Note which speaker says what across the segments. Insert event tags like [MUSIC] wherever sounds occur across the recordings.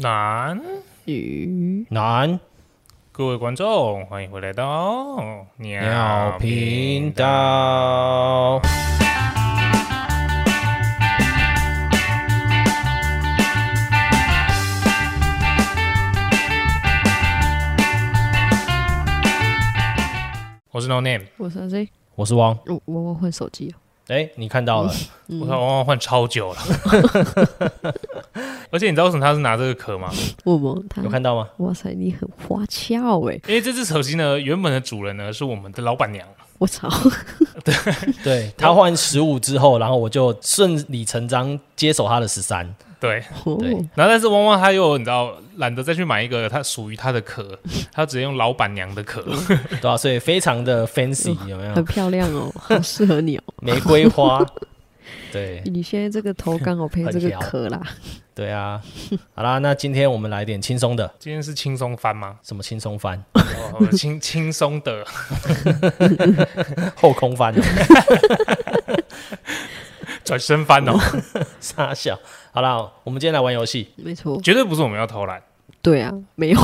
Speaker 1: 男
Speaker 2: 鱼
Speaker 3: 男
Speaker 1: 各位观众，欢迎回来到
Speaker 3: 鸟
Speaker 1: 鸟
Speaker 3: 频道，
Speaker 1: 我是 No Name，
Speaker 2: 我手机，
Speaker 3: 我是汪。
Speaker 2: 我我我换手机哦。
Speaker 3: 哎、你看 [LAUGHS] 到了？
Speaker 1: 我看汪汪换超久 [LAUGHS] 了，而且你知道为什么他是拿这个壳吗？
Speaker 2: 我们他
Speaker 3: 有，看到吗？
Speaker 2: 哇塞，你很花俏哎！
Speaker 1: 因为这只手机呢，原本的主人呢是我们的老板娘，
Speaker 2: 我操，
Speaker 3: 对嗯 [LAUGHS] 他换十五之后，然后我就顺理成章接手他的十三。 [LAUGHS]
Speaker 1: 对。
Speaker 3: 对
Speaker 2: 哦，
Speaker 1: 然后但是汪汪他又你知道懒得再去买一个他属于他的壳，他直接用老板娘的 [LAUGHS] 壳，
Speaker 3: 对啊，所以非常的 fancy，有没
Speaker 2: 很
Speaker 3: 有？
Speaker 2: 漂亮
Speaker 3: [LAUGHS]
Speaker 2: 哦，好适合你哦。
Speaker 3: 玫瑰花， [LAUGHS] 对
Speaker 2: 你现在这个头刚好配这个
Speaker 3: 很挑 [LAUGHS]
Speaker 2: 壳啦，
Speaker 3: 对啊。好啦，那今天我们来点轻松的，
Speaker 1: 今天是轻松翻吗？
Speaker 3: 什么轻松翻、
Speaker 1: 哦，轻轻松的，
Speaker 3: [LAUGHS] 后空翻、哦，
Speaker 1: 转身翻哦，
Speaker 3: [LAUGHS] 傻笑。好啦，我们今天来玩游戏，
Speaker 2: 没错。
Speaker 1: 绝对不是我们要偷懒。
Speaker 2: 对啊，没
Speaker 3: [LAUGHS]
Speaker 2: 有，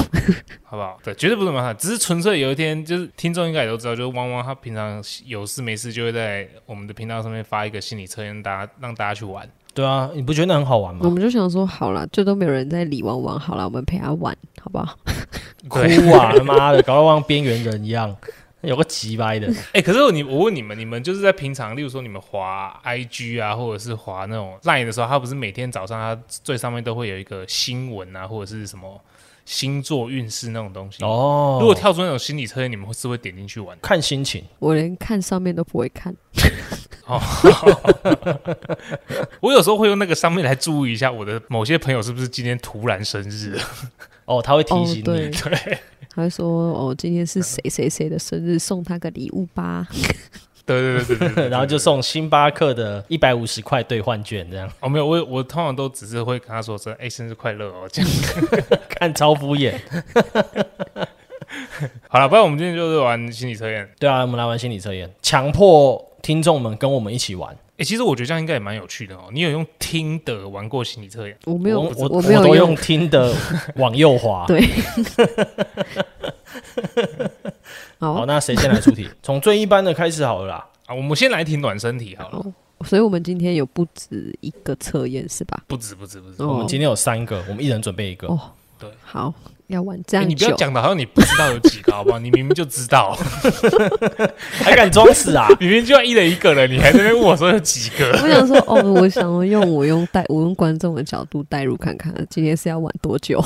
Speaker 1: 好不好？对，绝对不是麻烦，只是纯粹有一天，就是听众应该也都知道，就是汪汪他平常有事没事就会在我们的频道上面发一个心理测验，大家让大家去玩。
Speaker 3: 对啊，你不觉得那很好玩
Speaker 2: 我
Speaker 3: 吗？
Speaker 2: 们就想说，好啦，最多没有人在理玩玩，好啦，我们陪他玩，好不好？
Speaker 3: 哭
Speaker 1: 对，
Speaker 3: 啊，他妈的，搞到像边缘人一样，有个急掰的。
Speaker 1: [LAUGHS] 哎、可是你我问你们，你们就是在平常，例如说你们滑 IG 啊，或者是滑那种 Line 的时候，他不是每天早上他最上面都会有一个新闻啊，或者是什么星座运势那种东西。
Speaker 3: [LAUGHS] 哦，
Speaker 1: 如果跳出那种心理测验，你们会是会点进去玩的。
Speaker 3: 看心情，
Speaker 2: 我连看上面都不会看，
Speaker 1: 我有时候会用那个上面来注意一下我的某些朋友是不是今天突然生日 [LAUGHS] 了。
Speaker 3: 哦，他会提
Speaker 2: 哦
Speaker 3: 醒，你。
Speaker 2: 对，
Speaker 1: 对，
Speaker 2: 他会说哦，今天是谁谁谁的生日，送他个礼物吧。
Speaker 1: 对对对对对对
Speaker 3: 然后就送星巴克的一百五十块兑换券，这样 [LAUGHS]
Speaker 1: 哦，没有，我我通常都只是会跟他说声“哎、生日快乐哦”这样。 [LAUGHS]
Speaker 3: 看超敷衍。
Speaker 1: 好了，不然我们今天就是玩心理测验。
Speaker 3: 对啊，我们来玩心理测验，强迫听众们跟我们一起玩。
Speaker 1: 哎、其实我觉得这样应该也蛮有趣的哦。你有用听的玩过心理测验？
Speaker 2: 我没有，
Speaker 3: 我我
Speaker 2: 没有
Speaker 3: 都用听的往右
Speaker 2: [LAUGHS]
Speaker 3: 滑。[LAUGHS]
Speaker 2: 对
Speaker 3: 好，
Speaker 2: 好，
Speaker 3: 那谁先来出题？从最一般的开始好了啦。
Speaker 1: 啊，我们先来一题暖身题好了。
Speaker 2: 所以我们今天有不止一个测验是吧？
Speaker 1: 不止不止不止，
Speaker 3: 我
Speaker 2: 哦
Speaker 3: 们，今天有三个，我们一人准备一个。
Speaker 2: 哦
Speaker 1: 对
Speaker 2: 好，要玩这
Speaker 1: 哎、
Speaker 2: 样
Speaker 1: 你不要
Speaker 2: 久，
Speaker 1: 讲的好像你不知道有几个好不好？你明明就知道，
Speaker 3: [LAUGHS]
Speaker 1: [LAUGHS]
Speaker 3: 还敢装死
Speaker 2: [LAUGHS]
Speaker 3: 啊？
Speaker 1: 明明就要一人一个了，你还在那边问我说有几个？
Speaker 2: [LAUGHS] 我想说哦，我想要用我用带我用观众的角度带入看看，今天是要玩多
Speaker 3: [LAUGHS]
Speaker 2: 久？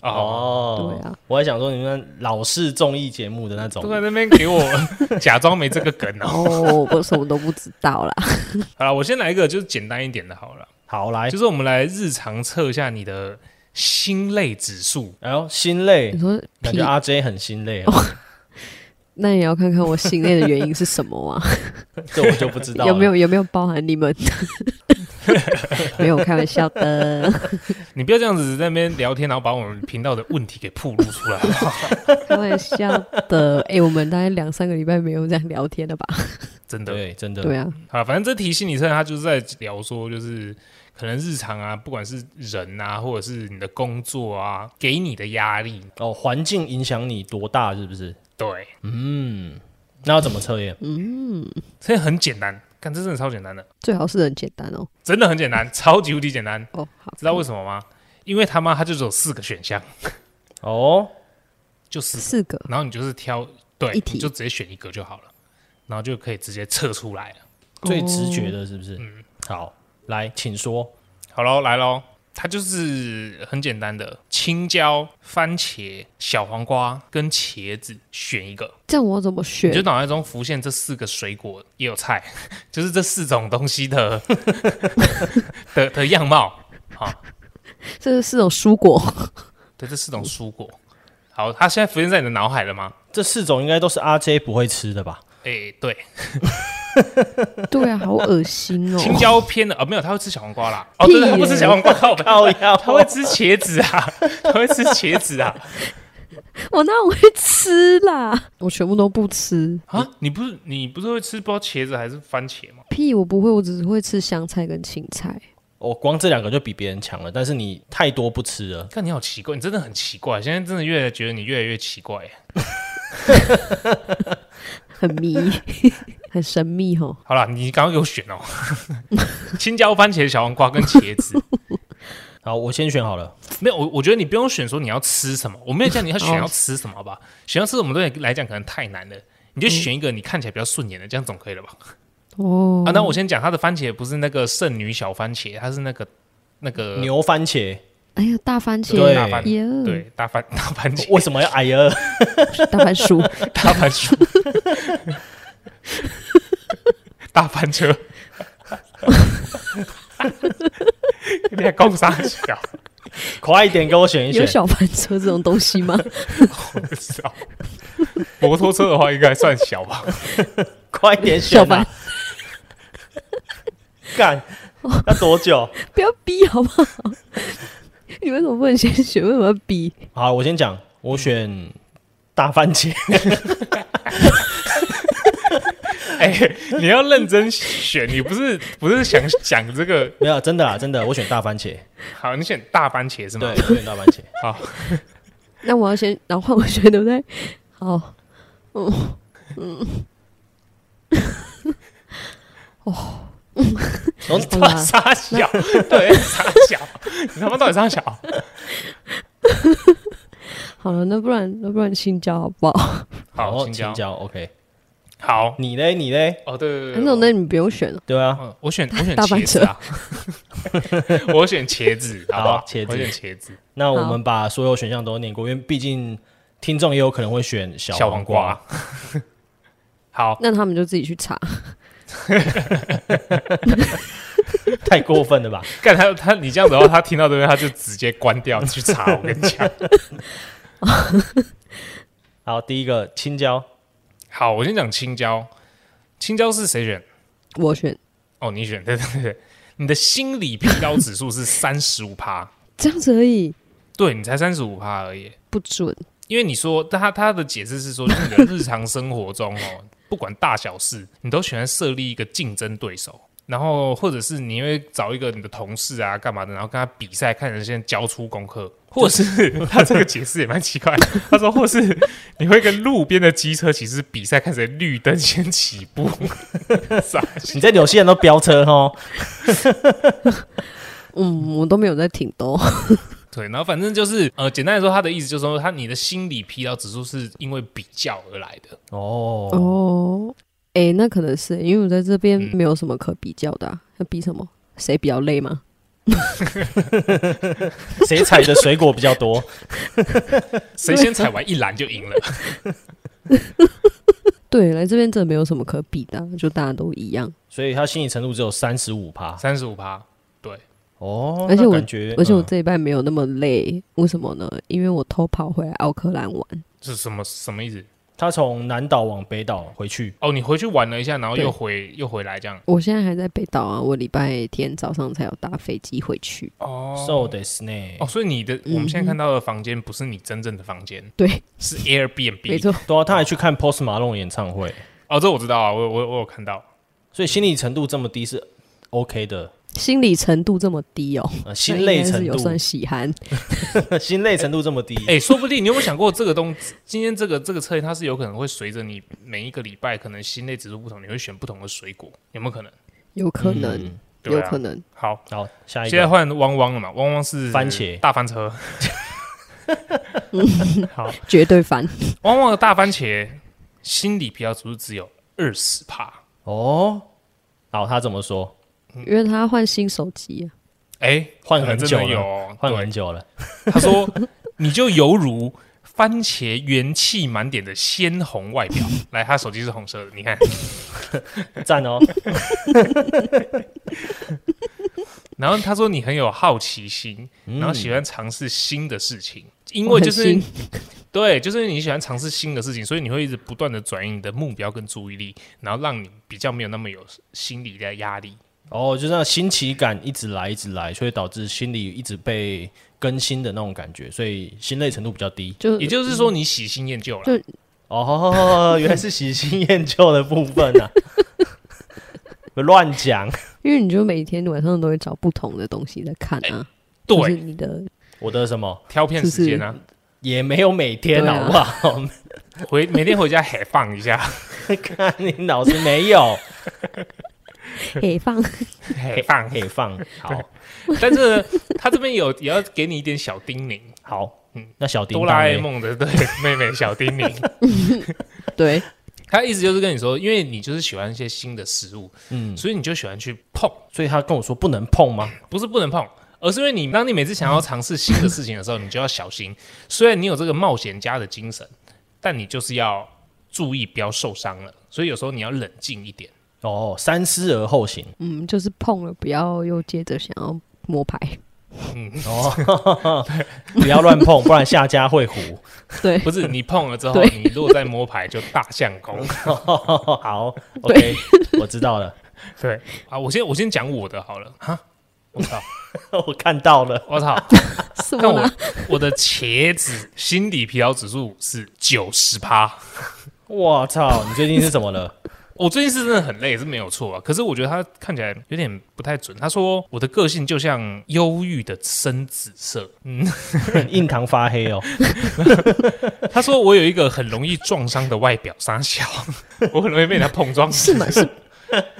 Speaker 1: 哦，
Speaker 3: 哦
Speaker 2: 对，啊，
Speaker 3: 我还想说你们老式综艺节目的那
Speaker 1: 都
Speaker 3: 种。
Speaker 1: 在那边给我 [LAUGHS] 假装没这个梗哦。
Speaker 2: 哦，我什么都不知道啦。
Speaker 1: 好了，我先来一个就是简单一点的好了，
Speaker 3: 好，来
Speaker 1: 就，是我们来日常测一下你的心累指数。
Speaker 3: 哎呦，心累
Speaker 2: 你，说
Speaker 3: 感
Speaker 2: 屁，
Speaker 3: 觉
Speaker 2: 哦
Speaker 3: 阿 J 很心累啊，
Speaker 2: 那也要看看我心累的原因是什么啊？
Speaker 3: 这我就不 [LAUGHS] 知道
Speaker 2: [LAUGHS]
Speaker 3: 了
Speaker 2: 有没有有没有包含你们？ [LAUGHS] 没有开玩笑
Speaker 3: [LAUGHS]
Speaker 2: 的，
Speaker 1: 你不要这样子在那边聊天，然后把我们频道的问题给暴露出来。
Speaker 2: [LAUGHS] 开玩笑的。哎、我们大概两三个礼拜没有这样聊天了吧？
Speaker 1: 真的。
Speaker 3: 对，真的，
Speaker 2: 对啊，
Speaker 1: 好，反正这题心理测验它就是在聊说，就是可能日常啊，不管是人啊，或者是你的工作啊，给你的压力。
Speaker 3: 哦，环境影响你多大，是不是？
Speaker 1: 对，
Speaker 3: 嗯，那要怎么测验？
Speaker 1: 所以很简单，看这真的超简单的，
Speaker 2: 最好是很简单哦。
Speaker 1: 真的很简单，超级无敌简单。
Speaker 2: 哦，好，
Speaker 1: 知道为什么吗？因为他妈它就只有四个选项，
Speaker 3: 哦，
Speaker 1: 就四个，
Speaker 2: 四个
Speaker 1: 然后你就是挑对
Speaker 2: 一，题
Speaker 1: 你就直接选一个就好了，然后就可以直接测出来了。
Speaker 3: 最直觉的是不是？嗯，好，来，请说。
Speaker 1: 好喽，来喽，它就是很简单的青椒、番茄、小黄瓜跟茄子选一个，
Speaker 2: 这样我怎么
Speaker 1: 你就
Speaker 2: 选？
Speaker 1: 脑海中浮现这四个水果也有菜， [LAUGHS] 就是这四种东西的 [LAUGHS] 的的样貌。好，
Speaker 2: 这是四种蔬 [LAUGHS] 果，
Speaker 1: 对，这四种蔬果。好，它现在浮现在你的脑海了吗？
Speaker 3: 这四种应该都是阿 J 不会吃的吧？
Speaker 1: 哎，对，
Speaker 2: 对啊，好恶心哦。
Speaker 1: 青椒偏的啊、没有，他会吃小黄瓜啦。哦，
Speaker 2: 屁
Speaker 1: 对，他不吃
Speaker 2: 耶
Speaker 1: 小黄瓜，靠
Speaker 3: 靠呀，
Speaker 1: 他会吃茄子啊， [LAUGHS] 他会吃茄子
Speaker 2: [LAUGHS]
Speaker 1: 啊。
Speaker 2: [LAUGHS] 我那我会吃啦，我全部都不吃。
Speaker 1: 啊，你不是你不是会吃不知道茄子还是番茄吗？
Speaker 2: 屁，我不会，我只是会吃香菜跟青菜。
Speaker 3: 我光这两个就比别人强了，但是你太多不吃了。
Speaker 1: 看你好奇怪，你真的很奇怪，现在真的越来觉得你越来越奇怪。
Speaker 2: 很 [LAUGHS] 迷，很神秘吼。
Speaker 1: 好了，你刚刚给我选哦， [LAUGHS] 青椒、番茄、小黄瓜跟茄子。 [LAUGHS]
Speaker 3: 好，我先选好了。
Speaker 1: 没有，我我觉得你不用选说你要吃什么，我没有叫你要选要吃什么，好吧？选要吃什么对你来讲可能太难了，你就选一个你看起来比较顺眼的，这样总可以了吧？
Speaker 2: 哦
Speaker 1: 啊，那我先讲，它的番茄不是那个剩女小番茄，它是那个那个
Speaker 3: 牛番茄
Speaker 2: 哎呀，大番茄，
Speaker 3: 对
Speaker 1: 大番
Speaker 2: 耶，
Speaker 1: 对大番大番茄
Speaker 3: 为什么要矮呀？
Speaker 2: 大番薯，
Speaker 1: 大番薯大番车，你还讲啥小？
Speaker 3: [LAUGHS] 快一点给我选一
Speaker 2: 有
Speaker 3: 选。
Speaker 2: 小翻车这种东西吗？
Speaker 1: 我不知道，摩托车的话应该算小吧？
Speaker 3: 快点
Speaker 2: 小
Speaker 1: 啊
Speaker 3: 选
Speaker 2: 白
Speaker 3: 吧！干，要多久？
Speaker 2: 不要逼好不好？你为什么不能先选？为什么要逼？
Speaker 3: 好，我先讲，我选大番茄。
Speaker 1: 哎、你要认真选，你不是不是想讲这个？
Speaker 3: 没有，真的啦，真的，我选大番茄。
Speaker 1: 好，你选大番茄是吗？
Speaker 3: 对，我选大番茄。
Speaker 1: 好，
Speaker 2: 那我要先，然后换我选，对不对？好，嗯嗯，
Speaker 3: 然
Speaker 2: 好
Speaker 3: 后
Speaker 2: 啦
Speaker 1: 傻小，对，傻小，你他妈到底傻小？
Speaker 2: 好了，那不然那不然青椒好不好？
Speaker 1: 好，青椒
Speaker 3: 青，椒，OK。
Speaker 1: 好，
Speaker 3: 你嘞，你嘞？
Speaker 1: 哦，对对对，
Speaker 2: 那种那你不用选了，哦
Speaker 3: 对啊，
Speaker 1: 嗯，我选我选
Speaker 2: 大
Speaker 1: 茄子啊， [LAUGHS] 我选茄子，好不好
Speaker 3: 好？茄子
Speaker 1: 我选茄子，
Speaker 3: 那我
Speaker 2: 好
Speaker 3: 们把所有选项都念过，因为毕竟听众也有可能会选小
Speaker 1: 小
Speaker 3: 黄
Speaker 1: 黄瓜。好，
Speaker 2: 那他们就自己去查。
Speaker 3: [LAUGHS] 太过分了吧？
Speaker 1: 干他他你这样子的话，他听到这边他就直接关掉去查。我跟你讲，
Speaker 3: 好，第一个青椒，
Speaker 1: 好，我先讲青椒，青椒是谁选？
Speaker 2: 我选，
Speaker 1: 哦，你选，对对对对，你的心理疲劳指数是三十五趴，
Speaker 2: 这样子而已，
Speaker 1: 对你才三十五趴而已。
Speaker 2: 不准。
Speaker 1: 因为你说他他的解释是说，就是你的日常生活中哦， [LAUGHS] 不管大小事，你都喜欢设立一个竞争对手，然后或者是你会找一个你的同事啊干嘛的，然后跟他比赛，看人先交出功课，或者是他这个解释也蛮奇怪，他说或是你会跟路边的机车骑士比赛，看谁绿灯先起步，傻笑
Speaker 3: 你在纽西兰都飙车哦。
Speaker 2: 嗯，我都没有在挺都。
Speaker 1: 对，然后反正就是呃，简单来说，他的意思就是说，他你的心理疲劳指数是因为比较而来的。
Speaker 3: 哦，
Speaker 2: [LAUGHS] 哦，哎、那可能是因为我在这边
Speaker 1: 嗯
Speaker 2: 没有什么可比较的、啊，要比什么？谁比较累吗？
Speaker 3: 谁采的水果比较多？ [LAUGHS]
Speaker 1: 谁先踩完一栏就赢了。
Speaker 2: 对，来这边真的没有什么可比的啊、就大家都一样。
Speaker 3: 所以他心理程度只有三十五趴。
Speaker 1: 三十五趴，
Speaker 3: 哦，
Speaker 2: 而且
Speaker 3: 那
Speaker 2: 我
Speaker 3: 感觉，
Speaker 2: 而且我
Speaker 3: 嗯
Speaker 2: 这一半没有那么累，为什么呢？因为我偷跑回来奥克兰玩，
Speaker 1: 是什么什么意思？
Speaker 3: 他从南岛往北岛回去，
Speaker 1: 哦，你回去玩了一下，然后
Speaker 2: 对
Speaker 1: 又回又回来这样。
Speaker 2: 我现在还在北岛啊，我礼拜天早上才有搭飞机回去。
Speaker 1: 哦
Speaker 3: so this 呢
Speaker 1: 哦，？所以你的
Speaker 2: 嗯
Speaker 1: 我们现在看到的房间不是你真正的房间，
Speaker 2: 对，
Speaker 1: 是
Speaker 2: 没
Speaker 1: Airbnb。
Speaker 2: 错，
Speaker 3: 对啊，他还去看 Post Malone 演唱会，
Speaker 1: 哦，这我知道啊，我我我有看到。
Speaker 3: 所以心理程度这么低是 OK 的，
Speaker 2: 心理程度这么低哦，
Speaker 3: 呃，心
Speaker 2: 那
Speaker 3: 累
Speaker 2: 应该
Speaker 3: 程
Speaker 2: 是有算
Speaker 3: 度，
Speaker 2: 喜寒。
Speaker 3: [LAUGHS] 心累程度这么低，
Speaker 1: 哎、说不定你有没有想过，这个东今天这个这个测验，它是有可能会随着你每一个礼拜可能心类指数不同，你会选不同的水果，有没有可能？
Speaker 2: 有可能，
Speaker 3: 嗯
Speaker 1: 对
Speaker 2: 有
Speaker 1: 啊
Speaker 2: 可。能。
Speaker 1: 好，
Speaker 3: 好，下一
Speaker 1: 现在
Speaker 3: 个
Speaker 1: 换汪汪了嘛？汪汪是
Speaker 3: 番茄
Speaker 1: 大翻
Speaker 2: [LAUGHS]
Speaker 1: 车。好，
Speaker 2: 绝对烦。
Speaker 1: 汪汪的大番茄心理疲劳指数只有二十趴。
Speaker 3: 哦，好，他怎么说？
Speaker 2: 因为他换新手机、啊，
Speaker 1: 哎、
Speaker 3: 换很久
Speaker 1: 可能真的有
Speaker 3: 了，
Speaker 1: 哦
Speaker 3: 换
Speaker 1: 对
Speaker 3: 很久了，
Speaker 1: [LAUGHS] 他说：“你就犹如番茄元气满点的鲜红外表。” [LAUGHS] 来，他手机是红色的，你看。 [LAUGHS]
Speaker 3: 赞哦，
Speaker 1: 然后他说：“你很有好奇心，
Speaker 3: 嗯
Speaker 1: 然后喜欢尝试新的事情，因为就是
Speaker 2: 我很
Speaker 1: [LAUGHS] 对，就是你喜欢尝试新的事情，所以你会一直不断的转移你的目标跟注意力，然后让你比较没有那么有心理的压力。
Speaker 3: 哦，就是那新奇感一直来，一直来，所以导致心里一直被更新的那种感觉，所以心累程度比较低。
Speaker 2: 就
Speaker 1: 也就是说，你喜新厌旧了。”
Speaker 3: 哦，原来是喜新厌旧的部分啊。乱讲。
Speaker 2: 因为你就每天晚上都会找不同的东西在看啊，就是
Speaker 1: 对，
Speaker 2: 你的
Speaker 3: 我的什么
Speaker 1: 挑片时间啊，
Speaker 3: 也没有每天
Speaker 2: 对
Speaker 3: 好
Speaker 2: 啊
Speaker 3: 不好？
Speaker 1: 回每天回家 [LAUGHS] 海放一下，
Speaker 2: [LAUGHS]
Speaker 3: 看你老师没有
Speaker 2: 黑放，
Speaker 1: 海放。
Speaker 3: 可以放好
Speaker 1: 但是他这边有也要给你一点小叮咛，
Speaker 3: 好
Speaker 1: 嗯，
Speaker 3: 那小叮
Speaker 1: 哆
Speaker 3: 当
Speaker 1: 啦 A
Speaker 3: 呢
Speaker 1: 梦的对 [LAUGHS] 妹妹小叮咛，
Speaker 2: 对，
Speaker 1: [LAUGHS] 他意思就是跟你说，因为你就是喜欢一些新的事物，
Speaker 3: 嗯，
Speaker 1: 所以你就喜欢去碰，
Speaker 3: 所以他跟我说不能碰吗？
Speaker 1: 不是不能碰，而是因为你当你每次想要尝试新的事情的时候，你就要小心。虽然你有这个冒险家的精神，但你就是要注意不要受伤了。所以有时候你要冷静一点。
Speaker 3: 哦，三思而后行。
Speaker 2: [LAUGHS] 嗯，就是碰了不要又接着想要摸牌，
Speaker 3: 哦， [LAUGHS] 不要乱碰，不然下家会糊。 [LAUGHS]
Speaker 2: 对
Speaker 1: 不是你碰了之后，
Speaker 2: [LAUGHS] 对
Speaker 1: 你如果再摸牌就大相
Speaker 2: [LAUGHS]
Speaker 1: 公。
Speaker 3: 好，OK，我知道了， [LAUGHS]
Speaker 1: 对啊，我先我先讲我的好了。哈，我
Speaker 2: [LAUGHS]
Speaker 1: 操，
Speaker 3: 我看到了。
Speaker 1: 我操，
Speaker 2: 什
Speaker 1: 看
Speaker 2: 么
Speaker 1: 我
Speaker 2: 啦？
Speaker 1: 我的茄子心理疲劳指数是九十趴。
Speaker 3: 我操，你最近是怎么了？
Speaker 1: 我最近是真的很累，是没有错啊。可是我觉得他看起来有点不太准。他说我的个性就像忧郁的深紫色。嗯，
Speaker 3: 印堂发黑哦。
Speaker 1: 他说我有一个很容易撞伤的外表，傻小，我很容易被人家碰撞死。
Speaker 2: 是吗？是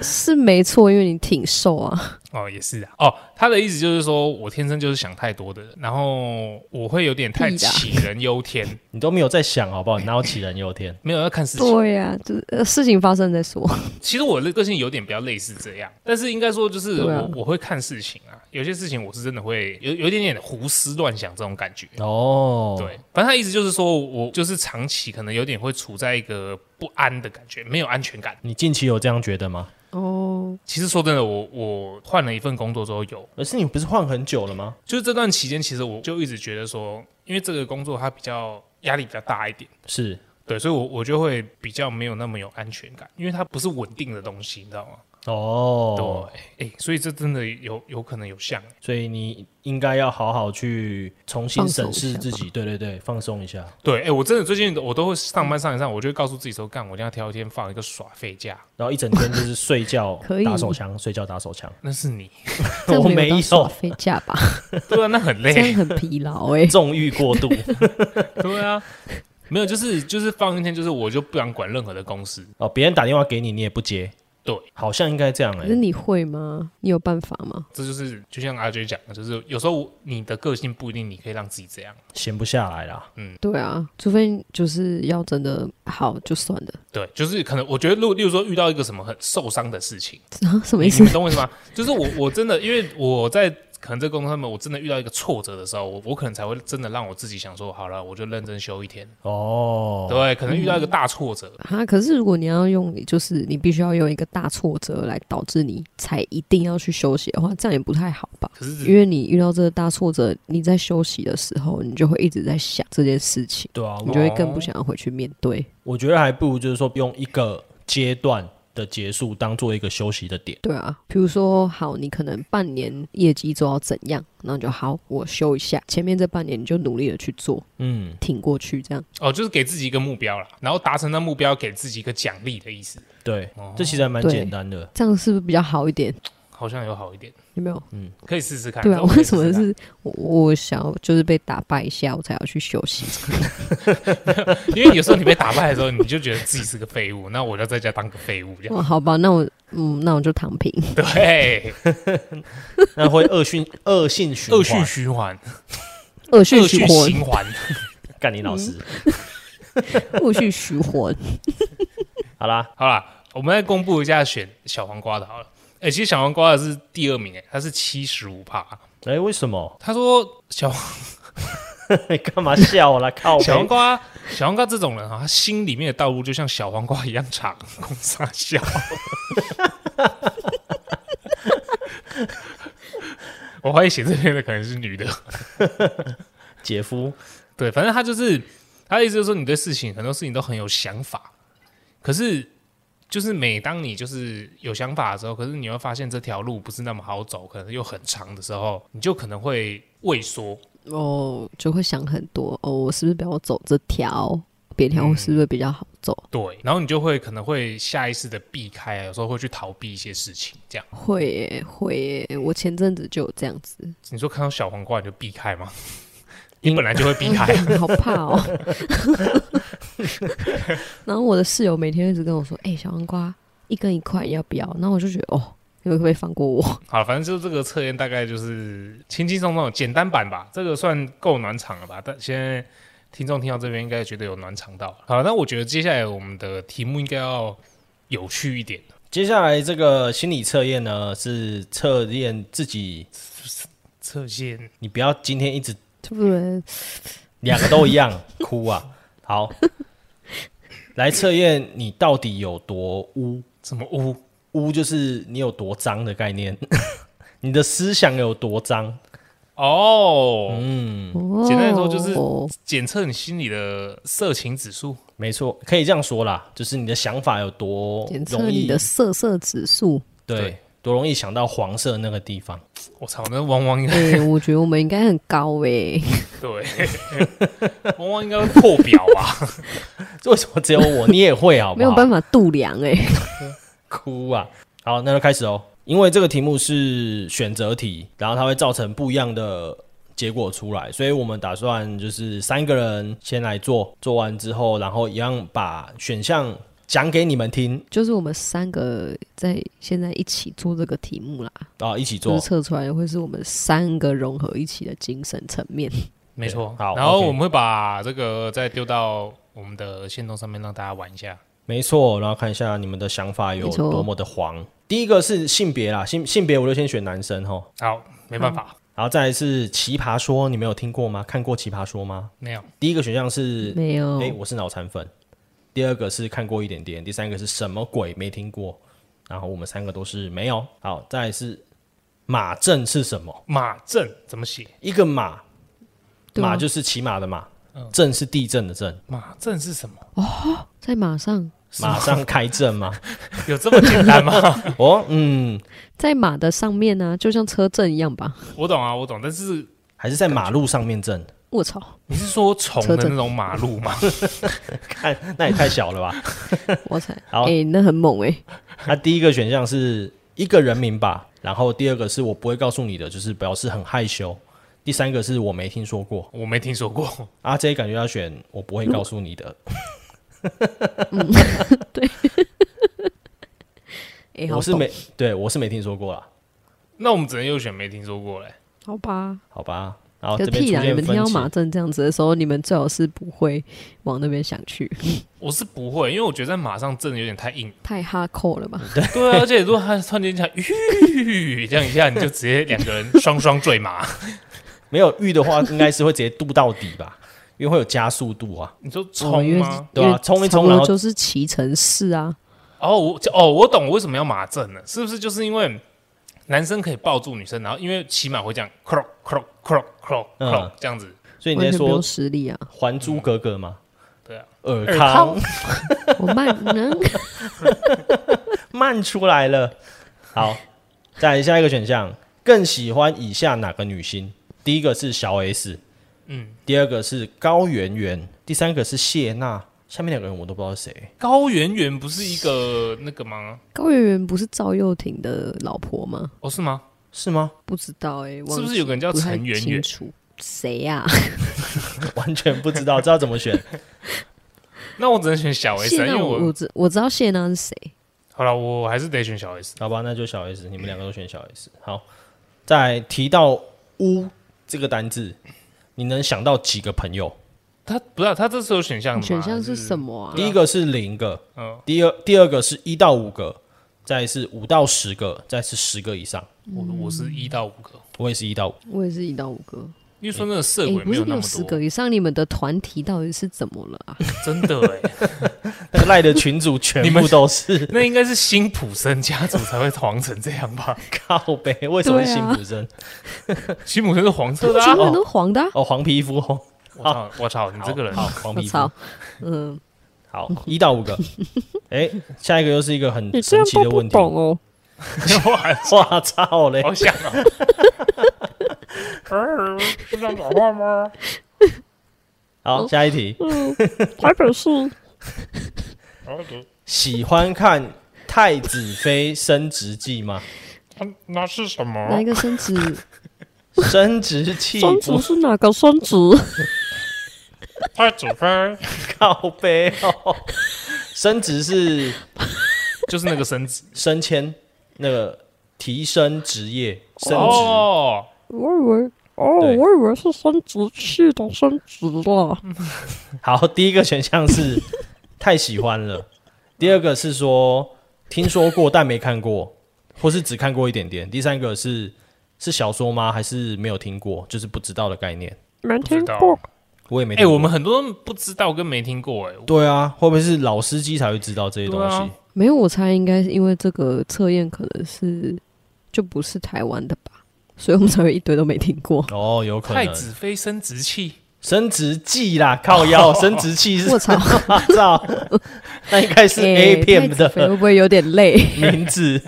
Speaker 2: 是没错，因为你挺瘦啊，
Speaker 1: 哦，也是啊。哦，他的意思就是说我天生就是想太多的人，然后我会有点太
Speaker 2: 屁啦
Speaker 1: 杞人忧天，
Speaker 3: 你都没有在想好不好？你哪有杞人忧天？
Speaker 1: 没有要看事情。
Speaker 2: 对呀、就是、呃事情发生再说，
Speaker 1: 其实我的个性有点比较类似这样，但是应该说就是我、
Speaker 2: 对啊
Speaker 1: 我会看事情啊，有些事情我是真的会有有一点点胡思乱想这种感觉。
Speaker 3: 哦，
Speaker 1: 对，反正他意思就是说我就是长期可能有点会处在一个不安的感觉，没有安全感。
Speaker 3: 你近期有这样觉得吗？
Speaker 2: 哦，
Speaker 1: 其实说真的，我我换了一份工作之后有，
Speaker 3: 可是你不是换很久了吗？
Speaker 1: 就是这段期间，其实我就一直觉得说，因为这个工作它比较压力比较大一点，
Speaker 3: 是
Speaker 1: 对，所以我我就会比较没有那么有安全感，因为它不是稳定的东西，你知道吗？
Speaker 3: 哦，
Speaker 1: 对，哎、所以这真的有有可能有像。
Speaker 3: 所以你应该要好好去重新
Speaker 2: 放松
Speaker 3: 审
Speaker 2: 一
Speaker 3: 视
Speaker 2: 下
Speaker 3: 自
Speaker 2: 吧
Speaker 3: 己，对对对，放松一下。
Speaker 1: 对，哎、我真的最近我都会上班上一上，我就会告诉自己说，干，我一定要挑一天放一个耍废假。
Speaker 3: 然后一整天就是睡觉
Speaker 2: [LAUGHS] 可以
Speaker 3: 打手枪，睡觉打手枪。
Speaker 1: 那是你， [LAUGHS]
Speaker 2: 这
Speaker 3: 我
Speaker 2: 样
Speaker 3: 没
Speaker 2: 有到
Speaker 3: 有
Speaker 2: 耍飞架吧？
Speaker 1: 对啊，那很
Speaker 2: 这
Speaker 1: 累
Speaker 2: 样。很疲劳哎、
Speaker 3: 纵欲过度
Speaker 1: [LAUGHS] 对啊，没有，就是就是放一天，就是我就不想管任何的公司。
Speaker 3: 哦，别人打电话给你，你也不接。
Speaker 1: 对，
Speaker 3: 好像应该这样哎、
Speaker 2: 可是你会吗？你有办法吗？
Speaker 1: 这就是就像阿 J 讲的，就是有时候你的个性不一定你可以让自己这样。
Speaker 3: 闲不下来啦。
Speaker 2: 对啊，除非就是要真的好就算了，
Speaker 1: 对，就是可能我觉得，如例如说遇到一个什么很受伤的事情，
Speaker 2: 啊，什么
Speaker 1: 你
Speaker 2: 意思
Speaker 1: 们？懂我意思吗？就是我我真的因为我在可能这工作上面，我真的遇到一个挫折的时候，我我可能才会真的让我自己想说，好了，我就认真休一天。
Speaker 3: 哦，
Speaker 1: 对，啊可能遇到一个大挫折，
Speaker 2: [LAUGHS] 啊，可是如果你要用，就是你必须要用一个大挫折来导致你才一定要去休息的话，这样也不太好吧？
Speaker 1: 可是
Speaker 2: 因为你遇到这个大挫折，你在休息的时候，你就会一直在想这件事情，
Speaker 3: 对啊，
Speaker 2: 你
Speaker 3: 我
Speaker 2: 就会更不想要回去面对。
Speaker 3: 我觉得还不如就是说用一个阶段的结束当做一个休息的点。
Speaker 2: 对啊，比如说，好，你可能半年业绩做到怎样，然后你就好，我休一下，前面这半年你就努力的去做，
Speaker 3: 嗯，
Speaker 2: 挺过去，这样
Speaker 1: 哦，就是给自己一个目标啦，然后达成那目标，给自己一个奖励的意思，
Speaker 3: 对，
Speaker 1: 哦
Speaker 3: 这其实还蛮
Speaker 2: 对
Speaker 3: 简单的。
Speaker 2: 这样是不是比较好一点？
Speaker 1: 好像有好一点，
Speaker 2: 有没有？
Speaker 1: 可以试试看。
Speaker 2: 对啊，
Speaker 1: 这我可以
Speaker 2: 为
Speaker 1: 试
Speaker 2: 什么
Speaker 1: 试看
Speaker 2: 是我我想要就是被打败一下，我才要去休息？ [LAUGHS]
Speaker 1: 因为有时候你被打败的时候，你就觉得自己是个废物，那我就在家当个废物这样。
Speaker 2: 哦，好吧，那我嗯，那我就躺平。
Speaker 1: 对，
Speaker 2: [LAUGHS]
Speaker 3: 那会恶性恶性循环。
Speaker 1: 恶性循环，
Speaker 2: 恶性
Speaker 1: 恶
Speaker 2: 循
Speaker 1: 性
Speaker 2: 环，
Speaker 1: 循环。
Speaker 3: 干你老师。
Speaker 2: 恶性循环。
Speaker 3: 好啦，
Speaker 1: 好啦，我们再公布一下选小黄瓜的好了。哎、其实小黄瓜的是第二名、哎，他是七十五趴。
Speaker 3: 哎、为什么？ [LAUGHS]
Speaker 1: 他说小
Speaker 3: 你干嘛笑啦？靠
Speaker 1: 小黄
Speaker 3: 背！
Speaker 1: 瓜，小黄瓜这种人啊，他心里面的道路就像小黄瓜一样长，公傻
Speaker 2: [LAUGHS]
Speaker 1: 笑。我怀疑写这篇的可能是女的。
Speaker 3: 姐夫，
Speaker 1: 对，反正他就是他的意思就是说，你对事情很多事情都很有想法，可是就是每当你就是有想法的时候，可是你会发现这条路不是那么好走，可能又很长的时候，你就可能会畏缩。
Speaker 2: 哦，就会想很多哦，我是不是不要走这条？别条
Speaker 1: 嗯
Speaker 2: 是不是比较好走，
Speaker 1: 对，然后你就会可能会下意识的避开啊，有时候会去逃避一些事情，这样。
Speaker 2: 会耶会耶，我前阵子就有这样子，
Speaker 1: 你说看到小黄瓜你就避开吗？ [LAUGHS]
Speaker 3: 因
Speaker 1: 你本来就会避开，
Speaker 2: 好怕
Speaker 1: [LAUGHS]
Speaker 2: 哦。然后我的室友每天一直跟我说：“哎、小黄瓜一根一块，要不要？”然后我就觉得哦。你们会不会放过我？ [LAUGHS]
Speaker 1: 好，反正就是这个测验大概就是轻轻松松的简单版吧，这个算够暖场了吧？但现在听众听到这边应该觉得有暖场到。好，那我觉得接下来我们的题目应该要有趣一点，
Speaker 3: 接下来这个心理测验呢，是测验自己，
Speaker 1: 测验
Speaker 3: 你不要今天一直
Speaker 2: 对不对？
Speaker 3: 两个都一样 [LAUGHS] 哭啊。好，来测验你到底有多污，
Speaker 1: 什么污？
Speaker 3: 污就是你有多脏的概念， [LAUGHS] 你的思想有多脏。
Speaker 1: 哦，
Speaker 2: 哦
Speaker 1: 简单来说就是检测你心里的色情指数。
Speaker 3: 没错，可以这样说啦，就是你的想法有多
Speaker 2: 检测
Speaker 3: 哦容
Speaker 2: 你
Speaker 3: 易
Speaker 2: 的色色指数。
Speaker 3: 对
Speaker 1: 对，
Speaker 3: 多容易想到黄色那个地方。
Speaker 1: 我操，那汪汪应该 [LAUGHS]
Speaker 2: 哎、
Speaker 3: [LAUGHS]
Speaker 2: 我觉得我们应该很高哎、
Speaker 1: 对，汪汪应该会破表吧？
Speaker 3: 为什么只有我？你也会好不
Speaker 2: [LAUGHS]
Speaker 3: 好？
Speaker 2: 没有办法度量哎、
Speaker 3: 哭啊！好，那就开始哦。因为这个题目是选择题，然后它会造成不一样的结果出来，所以我们打算就是三个人先来做，做完之后，然后一样把选项讲给你们听
Speaker 2: 就是我们三个在现在一起做这个题目啦，
Speaker 3: 啊，一起
Speaker 2: 就是
Speaker 3: 做。
Speaker 2: 测出来会是我们三个融合一起的精神层面。
Speaker 1: [LAUGHS] 没错。
Speaker 3: 好
Speaker 1: 然后
Speaker 3: OK
Speaker 1: 我们会把这个再丢到我们的线动上面让大家玩一下。
Speaker 3: 没错，然后看一下你们的想法有
Speaker 2: 没错
Speaker 3: 多么的黄。第一个是性别啦，性性别我就先选男生哈，
Speaker 1: 好，没办法，
Speaker 3: 然后再来是奇葩说，你们有听过吗？看过奇葩说吗？
Speaker 1: 没有。
Speaker 3: 第一个选项是
Speaker 2: 没有，
Speaker 3: 哎、我是脑残粉。第二个是看过一点点，第三个是什么鬼没听过，然后我们三个都是没有。好，再来是马正是什么？
Speaker 1: 马正怎么写？
Speaker 3: 一个马，
Speaker 2: 对啊
Speaker 3: 马就是骑马的马，正是地震的震，
Speaker 1: 马正是什么？
Speaker 2: 在马上，
Speaker 3: 马上开震吗？
Speaker 1: 有这么简单 [LAUGHS] 吗？
Speaker 3: 哦，嗯，
Speaker 2: 在马的上面呢、就像车震一样吧。
Speaker 1: 我懂啊，我懂。但是
Speaker 3: 还是在马路上面震，
Speaker 2: 我
Speaker 3: [LAUGHS]
Speaker 2: 操，
Speaker 1: 你是说虫
Speaker 2: 车
Speaker 1: 的
Speaker 2: 震
Speaker 1: 那种马路 [LAUGHS] 吗？
Speaker 3: 看那也太小了吧？
Speaker 2: 我操，哎、
Speaker 3: 好
Speaker 2: 那很猛哎、
Speaker 3: 那第一个选项是一个人名吧，然后第二个是我不会告诉你的，就是表示很害羞。第三个是我没听说过，
Speaker 1: 我没听说过。
Speaker 3: 阿 J 感觉要选我不会告诉你的，
Speaker 2: 哎、好
Speaker 3: 我是
Speaker 2: 懂
Speaker 3: 没对我是没听说过啦，
Speaker 1: 那我们只能又选没听说过嘞。
Speaker 2: 好吧？
Speaker 3: 好吧。然后
Speaker 2: 就
Speaker 3: 这边出
Speaker 2: 屁啦！你
Speaker 3: 现
Speaker 2: 们听
Speaker 3: 分
Speaker 2: 到
Speaker 3: 歧，
Speaker 2: 马正这样子的时候，你们最好是不会往那边想去，
Speaker 1: 我是不会，因为我觉得在马上震的有点太硬。
Speaker 2: 太哈扣了吧？
Speaker 1: 对啊，而且如果他突然间讲吁这样一下，你就直接两个人双双坠马。
Speaker 3: 没有玉的话，应该是会直接渡到底吧，因为会有加速度啊。
Speaker 1: [LAUGHS] 你说
Speaker 2: 哦因
Speaker 1: 冲
Speaker 2: 为
Speaker 1: 吗？
Speaker 3: 对啊
Speaker 2: 因为
Speaker 3: 冲一冲
Speaker 2: 差不多
Speaker 3: 然后
Speaker 2: 就是骑乘式啊，
Speaker 1: 哦，我哦，我懂为什么要马正了，是不是就是因为男生可以抱住女生，然后因为骑马会这样 cro cro cro cro
Speaker 3: 嗯
Speaker 1: cro 这样子，
Speaker 3: 所以你
Speaker 2: 完
Speaker 3: 在
Speaker 2: 全不
Speaker 3: 说
Speaker 2: 用
Speaker 3: 《
Speaker 2: 实力啊。
Speaker 3: 还珠格格》吗？
Speaker 1: 对啊，
Speaker 3: 尔
Speaker 1: 尔
Speaker 3: 康
Speaker 2: 我慢能，
Speaker 3: 慢出来了。好，再来下一个选项，更喜欢以下哪个女星？第一个是小 S，
Speaker 1: 嗯，
Speaker 3: 第二个是高圆圆，第三个是谢娜。下面两个人我都不知道是谁。
Speaker 1: 高圆圆不是一个那个吗？
Speaker 2: 高圆圆不是赵又廷的老婆吗？
Speaker 1: 哦，是吗？
Speaker 3: 是吗？ [LAUGHS]
Speaker 2: 不知道哎、忘
Speaker 1: 是不是
Speaker 2: 记
Speaker 1: 有个人叫
Speaker 2: 不太
Speaker 1: 陈圆
Speaker 2: 清
Speaker 1: 圆
Speaker 2: 楚？谁呀、
Speaker 3: 完全不知道，知道怎么选。
Speaker 1: 那我只能选小 S，
Speaker 2: 谢
Speaker 1: 啊因
Speaker 2: 娜
Speaker 1: 为
Speaker 2: 我，我
Speaker 1: 我
Speaker 2: 知我知道谢娜是谁，
Speaker 1: 好了，我还是得选小 S。
Speaker 3: 好吧，那就小 S，你们两个都选小 S。好，再来提到“污”这个单字，你能想到几个朋友？
Speaker 1: 他不是、啊、他这次有选项的吗
Speaker 2: 选项是什
Speaker 1: 么？
Speaker 2: 么啊？
Speaker 3: 第一个是零个，
Speaker 1: 嗯
Speaker 3: 第二第二个是一到五个，再来是五到十个，再是十个以上。
Speaker 1: 我我是一到五个，
Speaker 3: 我也是一到五，
Speaker 2: 我也是一到五个。
Speaker 1: 因为说那个色
Speaker 2: 哎、
Speaker 1: 鬼
Speaker 2: 不
Speaker 1: 没
Speaker 2: 是
Speaker 1: 有
Speaker 2: 你
Speaker 1: 那
Speaker 2: 有
Speaker 1: 么
Speaker 2: 十
Speaker 1: 多，
Speaker 2: 个以上，你们的团体到底是怎么了啊？
Speaker 1: 真
Speaker 2: [LAUGHS]
Speaker 1: 的哎、
Speaker 3: 那个赖的群主全部都是 [LAUGHS]
Speaker 1: 那应该是辛普森家族才会黄成这样
Speaker 2: [LAUGHS]
Speaker 1: 吧？
Speaker 3: 靠背，为什么是
Speaker 2: 对
Speaker 3: 辛
Speaker 2: 啊
Speaker 3: 普森？
Speaker 1: 辛普森是黄色的、啊
Speaker 2: 全，部人都黄的啊、
Speaker 3: 哦，黄皮肤哦，
Speaker 1: 我操我操，你这个人
Speaker 3: 好，好黄
Speaker 2: 我
Speaker 3: 皮肤
Speaker 2: 操，，嗯，
Speaker 3: 好一到五
Speaker 2: [LAUGHS]
Speaker 3: 个。哎，下一个又是一个很
Speaker 2: 你这
Speaker 3: 神
Speaker 2: 样
Speaker 3: 奇
Speaker 2: 都
Speaker 3: 的
Speaker 2: 不
Speaker 3: 问题。
Speaker 2: 懂哦。
Speaker 1: 哇，
Speaker 3: 哇操
Speaker 1: [LAUGHS]
Speaker 3: 嘞！
Speaker 1: 好想啊！
Speaker 2: [LAUGHS]
Speaker 4: 哎
Speaker 1: 是这样讲话
Speaker 2: [LAUGHS]
Speaker 1: 吗？
Speaker 2: 哦
Speaker 3: 好，下一题。
Speaker 2: 嗯，台北市
Speaker 4: OK，
Speaker 3: 喜欢看《太子妃升职记》吗？
Speaker 4: 那那是什
Speaker 2: [LAUGHS] 哪一
Speaker 4: 么？
Speaker 2: 个升职？
Speaker 3: 升职记
Speaker 2: 双
Speaker 3: 不
Speaker 2: 子是哪个双子？
Speaker 4: 太子妃
Speaker 3: 靠背哦，升职是
Speaker 1: 就是那个升职
Speaker 3: 升迁，那个提升职业升职。
Speaker 1: 哦，
Speaker 2: 我以为哦，
Speaker 3: 对
Speaker 2: 我以为是升职系的升职了。
Speaker 3: 嗯好，第一个选项是太喜欢了，第二个是说听说过但没看过，或是只看过一点点。第三个是是小说吗？还是没有听过，就是不知道的概念。
Speaker 2: 没
Speaker 1: 不知
Speaker 2: 听
Speaker 1: 道。
Speaker 2: 过，
Speaker 3: 我也没
Speaker 1: 哎、
Speaker 3: 听过
Speaker 1: 我们很多人不知道跟没听过哎、
Speaker 3: 对啊，会不会是老司机才会知道这些东西？。
Speaker 1: 对啊
Speaker 2: 没有，我猜应该是因为这个测验可能是就不是台湾的吧，所以我们才会一堆都没听过
Speaker 3: 哦，有可
Speaker 1: 太
Speaker 3: 能
Speaker 1: 子妃升职器，
Speaker 3: 生殖器啦，靠
Speaker 1: [LAUGHS]
Speaker 3: 腰，生殖器是
Speaker 2: 我操，哎
Speaker 3: 我操，那应 [LAUGHS] 该是
Speaker 1: 哎
Speaker 3: A 片
Speaker 2: 太子
Speaker 3: 的
Speaker 2: 妃会不会有点累？ [LAUGHS]
Speaker 3: 名字。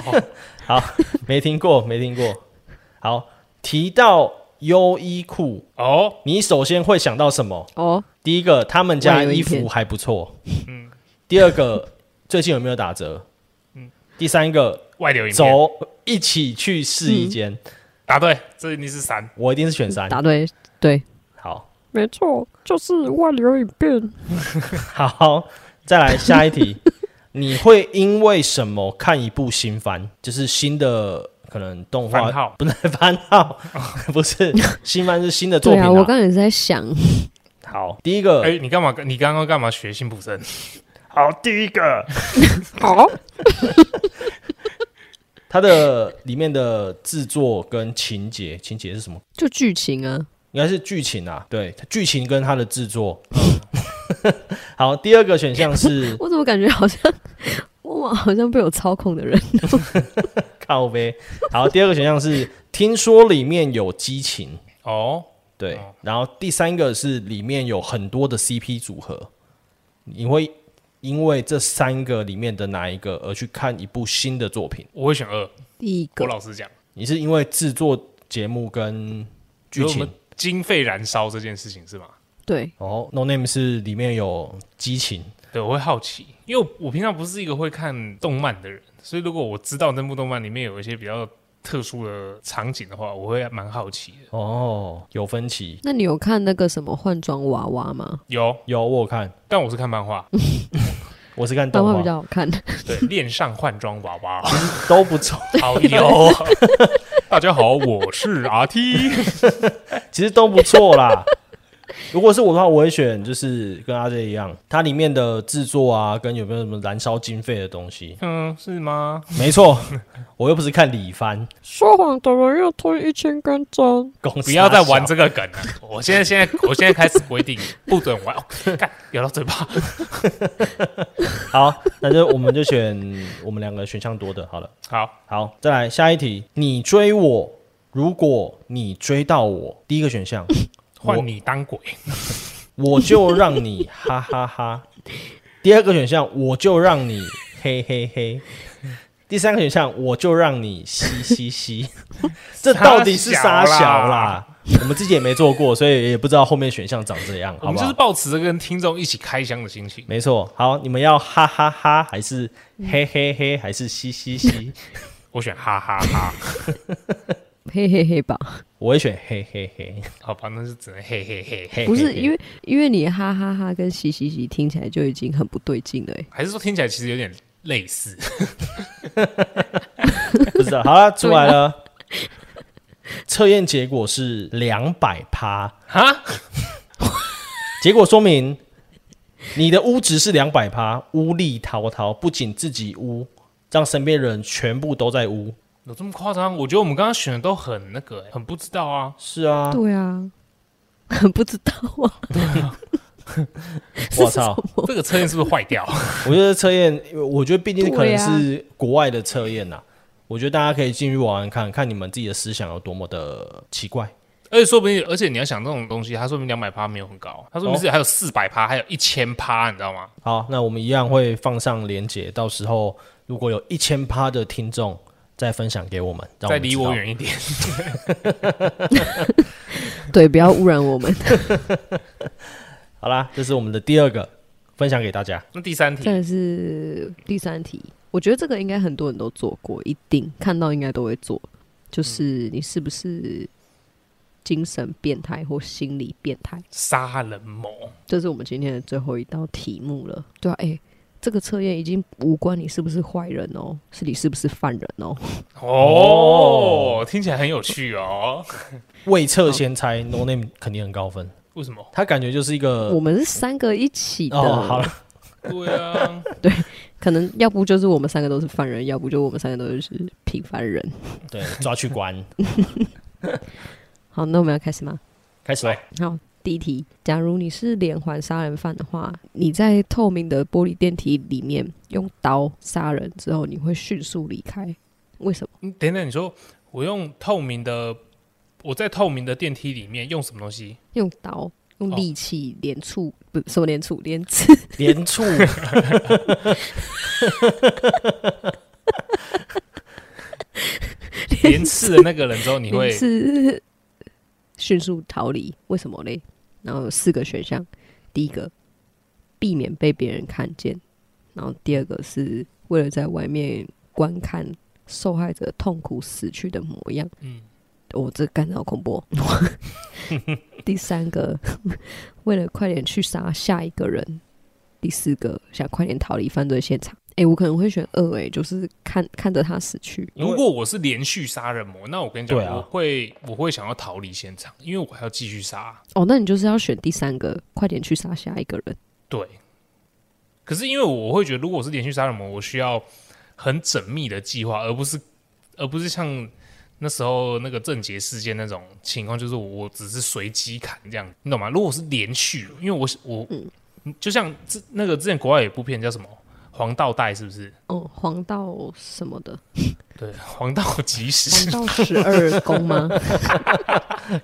Speaker 1: [LAUGHS]
Speaker 3: 好，没听过，没听过。好，提到优衣库，
Speaker 1: 哦，
Speaker 3: 你首先会想到什么？
Speaker 2: 哦，
Speaker 3: 第一个，他们家
Speaker 2: 万有一
Speaker 3: 衣
Speaker 2: 天
Speaker 3: 服还不错。
Speaker 1: 嗯
Speaker 3: 第二个，最近有没有打折？第三个，
Speaker 1: 外嗯流影片，嗯
Speaker 3: 走，一起去试衣间。
Speaker 1: 答对，这一定是三。
Speaker 3: 我一定是选
Speaker 1: 嗯
Speaker 3: 三。
Speaker 2: 答对，对，
Speaker 3: 好，
Speaker 2: 没错，就是万流影变。
Speaker 3: 好，再来下一题。 [LAUGHS] 你会因为什么看一部新番？就是新的可能动画
Speaker 1: 番号
Speaker 3: 不是 [LAUGHS] 番号，不是新番是新的作
Speaker 2: 对
Speaker 3: 品、
Speaker 2: 啊，我刚才也在想，
Speaker 3: 好，第一个、
Speaker 1: 哎、你干嘛？你刚刚干嘛学辛普森？
Speaker 3: [LAUGHS]
Speaker 4: 好，第一个
Speaker 2: 好，
Speaker 3: 它的里面的制作跟情节，情节是什么？
Speaker 2: 就剧情啊，
Speaker 3: 应该是剧情啊，对，剧情跟它的制作。 [LAUGHS] 好，第二个选
Speaker 1: [LAUGHS]
Speaker 3: 项是
Speaker 2: 我怎么感觉好像我我好像被我操控的人？
Speaker 3: 靠呗。好，第二个选项是听说里面有激情，
Speaker 1: 哦，
Speaker 3: 对，然后第三个是里面有很多的 CP 组合，你会因为这三个里面的哪一个而去看一部新的作品？
Speaker 1: 我会选二。
Speaker 2: 第一
Speaker 1: 我
Speaker 2: 个
Speaker 1: 老实讲，
Speaker 3: 你是因为制作节目跟剧
Speaker 1: 觉得我
Speaker 3: 情
Speaker 1: 们经费燃烧这件事情是吗？
Speaker 2: 对，
Speaker 3: 哦，No Name 是里面有激情，
Speaker 1: 对，我会好奇，因为我平常不是一个会看动漫的人，所以如果我知道那部动漫里面有一些比较特殊的场景的话，我会蛮好奇的。
Speaker 3: 哦，有分歧，
Speaker 2: 那你有看那个什么换装娃娃吗？
Speaker 1: 有，
Speaker 3: 有我有看，
Speaker 1: 但我是看漫画，
Speaker 3: 我是看
Speaker 2: 漫
Speaker 3: 动
Speaker 2: 画比
Speaker 3: 画，
Speaker 2: 较好看， [LAUGHS]
Speaker 3: [LAUGHS]
Speaker 1: 对，恋上换装娃娃，
Speaker 3: 都不错，
Speaker 1: 好有。大家好，我是 RT。
Speaker 3: 其实都不错啦。 [LAUGHS] 如果是我的话，我会选就是跟阿 J 一样，它里面的制作啊，跟有没有什么燃烧经费的东西，
Speaker 1: [LAUGHS] 嗯，是吗？
Speaker 3: 没错，我又不是看李帆，
Speaker 2: 说谎的人要吞一千根针。
Speaker 3: 公司啊
Speaker 1: 不要再玩这个梗了。 [LAUGHS] 我现在现在我现在开始规定不准 [LAUGHS] 玩，哦干咬到嘴巴。
Speaker 3: 大小。好，那就我们就选 [LAUGHS] 我们两个选项多的，好了。
Speaker 1: 好，
Speaker 3: 好，再来下一题，你追我，如果你追到我，第一个选项，
Speaker 1: 换你当鬼。
Speaker 3: 我就让你哈哈哈；第二个选项，我就让你嘿嘿嘿；第三个选项，我就让你嘻嘻
Speaker 1: [LAUGHS]
Speaker 3: 嘻。这到底是啥小
Speaker 1: 傻小
Speaker 3: 啦？我们自己也没做过，所以也不知道后面选项长这样，
Speaker 1: 我
Speaker 3: 好
Speaker 1: 们
Speaker 3: 不
Speaker 1: 就
Speaker 3: 好
Speaker 1: 是？抱持着跟听众一起开箱的心情。
Speaker 3: 没错，好，你们要哈哈哈还是嘿嘿嘿，还是嘻
Speaker 2: [LAUGHS]
Speaker 3: 嘻嘻？
Speaker 1: 我选哈哈哈， [LAUGHS]
Speaker 2: 嘿嘿嘿吧，
Speaker 3: 我会选嘿嘿嘿 [LAUGHS]
Speaker 1: 好吧，那就只能嘿嘿嘿。
Speaker 3: 嘿。
Speaker 2: 不是
Speaker 3: 嘿嘿
Speaker 2: 因为因为你哈哈哈跟嘻嘻嘻听起来就已经很不对劲了、欸，
Speaker 1: 还是说听起来其实有点类似？
Speaker 3: 不知道，好了，出来
Speaker 2: [LAUGHS]
Speaker 3: 了。测验结果是两百趴，
Speaker 1: 哈，
Speaker 3: 结果说明你的污值是两百趴，污力滔滔，不仅自己污，让身边人全部都在污。
Speaker 1: 有这么夸张？我觉得我们刚刚选的都很那个、很不知道啊。
Speaker 3: 是啊，
Speaker 2: 对啊，很 [LAUGHS] 不知道啊，
Speaker 3: 我操！
Speaker 2: [LAUGHS]
Speaker 3: [LAUGHS]
Speaker 1: 这个测验是不是坏掉？
Speaker 3: 我觉得测验，我觉得毕竟可
Speaker 2: 对
Speaker 3: 能
Speaker 2: 啊
Speaker 3: 是国外的测验呐、我觉得大家可以进去玩玩看看你们自己的思想有多么的奇怪。
Speaker 1: 而且说不定，而且你要想这种东西，它说明两百趴没有很高，它说明是还有四百趴，还有一千趴，你知道吗？
Speaker 3: 好，那我们一样会放上连结，到时候如果有一千趴的听众再分享给我们，让
Speaker 1: 再
Speaker 3: 们
Speaker 1: 离
Speaker 3: 知道
Speaker 1: 我。远一点。
Speaker 2: 对，不要污染我们。
Speaker 3: [LAUGHS] 好啦，这是我们的第二个。分享给大家。
Speaker 1: 那第三
Speaker 2: 再
Speaker 1: 题，
Speaker 2: 来是第三题，我觉得这个应该很多人都做过，一定看到应该都会做，
Speaker 3: 嗯
Speaker 2: 就是你是不是精神变态或心理变态？
Speaker 1: 杀人魔，
Speaker 2: 这是我们今天的最后一道题目了。对啊，哎、这个测验已经无关你是不是坏人哦，是你是不是犯人哦。
Speaker 1: 哦，听起来很有趣哦。
Speaker 3: 未测先猜，No Name 肯定很高分，
Speaker 1: 为什么？
Speaker 3: 他感觉就是一个
Speaker 2: 我们是三个一起的，
Speaker 3: 呃哦，好了，
Speaker 1: 对啊，
Speaker 2: 可能要不就是我们三个都是犯人，要不就我们三个都是平凡人。
Speaker 3: 对，抓去关，
Speaker 2: 好，那我们要开始吗？
Speaker 3: 开始喽。
Speaker 2: 好，第一题，假如你是连环杀人犯的话，你在透明的玻璃电梯里面用刀杀人之后，你会迅速离开，为什么？
Speaker 1: 你嗯等等，你说我用透明的，我在透明的电梯里面用什么东西？
Speaker 2: 用刀，用
Speaker 1: 哦
Speaker 2: 利器，连触、不什么连触，连刺，
Speaker 3: 连触，
Speaker 1: 连刺的那个人之后，你
Speaker 3: [LAUGHS]
Speaker 1: 会
Speaker 2: 连刺，迅速逃离，为什么嘞？然后有四个选项，第一个避免被别人看见，然后第二个是为了在外面观看受害者痛苦死去的模样。
Speaker 1: 嗯，
Speaker 2: 我、这干得好恐怖、哦。 [LAUGHS] 第三个，为了快点去杀下一个人。第四个，想快点逃离犯罪现场。诶，我可能会选二、诶，就是看看着他死去。
Speaker 3: 因为
Speaker 1: 如果我是连续杀人魔，那我跟你讲，
Speaker 3: 对啊
Speaker 1: 我会我会想要逃离现场，因为我还要继续杀。
Speaker 2: 哦，那你就是要选第三个，快点去杀下一个人。
Speaker 1: 对，可是因为我会觉得，如果我是连续杀人魔，我需要很缜密的计划，而不是而不是像那时候那个郑杰事件那种情况，就是我我只是随机砍这样，你懂吗？如果我是连续，因为我我、就像之那个之前国外有一部片叫什么《黄道带》，是不是？
Speaker 2: 哦，黄道什么的，
Speaker 1: 对，《黄道吉时》[LAUGHS]
Speaker 2: [LAUGHS] 黄道十二宫吗？
Speaker 3: [LAUGHS]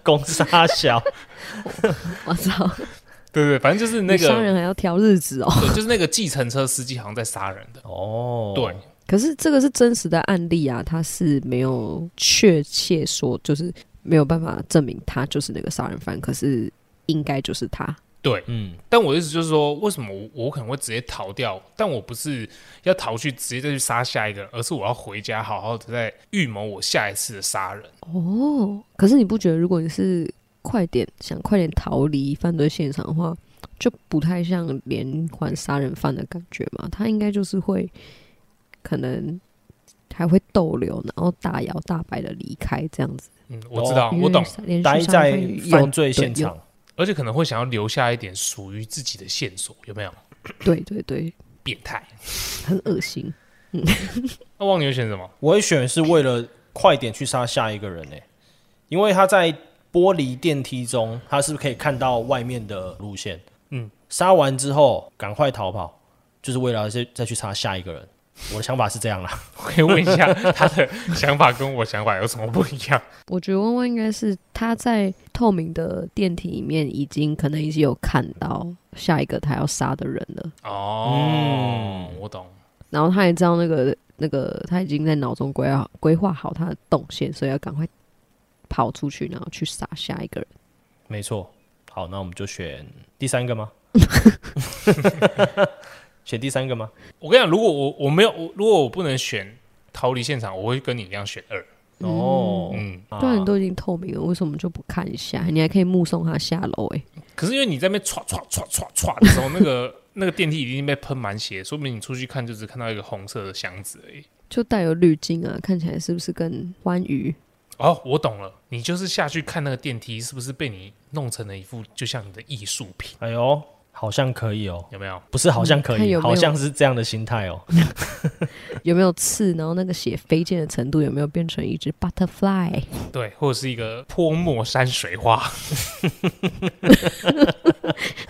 Speaker 3: 攻杀小，
Speaker 2: [LAUGHS] 我操，
Speaker 1: 对对，反正就是那
Speaker 2: 你杀人
Speaker 1: 个，
Speaker 2: 还要挑日子哦。
Speaker 1: 对，就是那个计程车司机好像在杀人的，
Speaker 3: 哦，
Speaker 1: 对，
Speaker 2: 可是这个是真实的案例啊，他是没有确切说，就是没有办法证明他就是那个杀人犯，可是应该就是他。
Speaker 1: 对。
Speaker 3: 嗯，
Speaker 1: 但我的意思就是说，为什么我我可能会直接逃掉？但我不是要逃去直接再去杀下一个人，而是我要回家好好的再预谋我下一次的杀人。
Speaker 2: 哦，可是你不觉得，如果你是快点想快点逃离犯罪现场的话，就不太像连环杀人犯的感觉嘛？他应该就是会可能还会逗留，然后大摇大摆的离开这样子。
Speaker 1: 嗯，我知道，
Speaker 2: 因为
Speaker 1: 我懂，
Speaker 2: 连续
Speaker 3: 啊待
Speaker 2: 杀
Speaker 3: 在
Speaker 2: 人犯有
Speaker 3: 犯罪现场，
Speaker 1: 而且可能会想要留下一点属于自己的线索，有没有？
Speaker 2: 对对对，
Speaker 1: 变态。
Speaker 2: 很恶心。
Speaker 1: 那忘牛选什么？
Speaker 3: 我会选是为了快点去杀下一个人呢、欸因为他在玻璃电梯中，他是不是可以看到外面的路线？
Speaker 1: 嗯，
Speaker 3: 杀完之后赶快逃跑，就是为了再再去杀下一个人。我的想法是这样啦，
Speaker 1: 我可以问一下他的想法跟我想法有什么不一样？
Speaker 2: 我觉得汪汪应该是他在透明的电梯里面已经可能已经有看到下一个他要杀的人了，
Speaker 1: 哦，我懂。
Speaker 2: 然后他也知道那个那个他已经在脑中规划规划好他的动线，所以要赶快跑出去，然后去杀下一个人。
Speaker 3: [LAUGHS] 没错。好，那我们就选第三个 [LAUGHS] 吗？选第三个吗？
Speaker 1: 我跟你讲，如果我我没有，我如果我不能选逃离现场，我会跟你一样选二。
Speaker 3: 哦，
Speaker 1: 嗯，
Speaker 3: 啊
Speaker 2: 对啊，你都已经透明了，为什么就不看一下？你还可以目送他下楼、欸，
Speaker 1: 可是因为你在那边唰唰唰唰唰的时候，那个 [LAUGHS] 那个电梯已经被喷满血，说明你出去看就只看到一个红色的箱子而已。
Speaker 2: 就带有滤镜啊，看起来是不是跟欢愉？
Speaker 1: 哦，我懂了，你就是下去看那个电梯是不是被你弄成了一副就像你的艺术品，
Speaker 3: 哎呦，好像可以哦，
Speaker 1: 有没有？
Speaker 3: 不是好像可
Speaker 2: 看嗯
Speaker 3: 以，
Speaker 2: 有没有
Speaker 3: 好像是这样的心态哦。
Speaker 2: 有没有刺？然后那个血飞溅的程度有没有变成一只 butterfly？
Speaker 1: 对，或者是一个泼墨山水画。 [LAUGHS]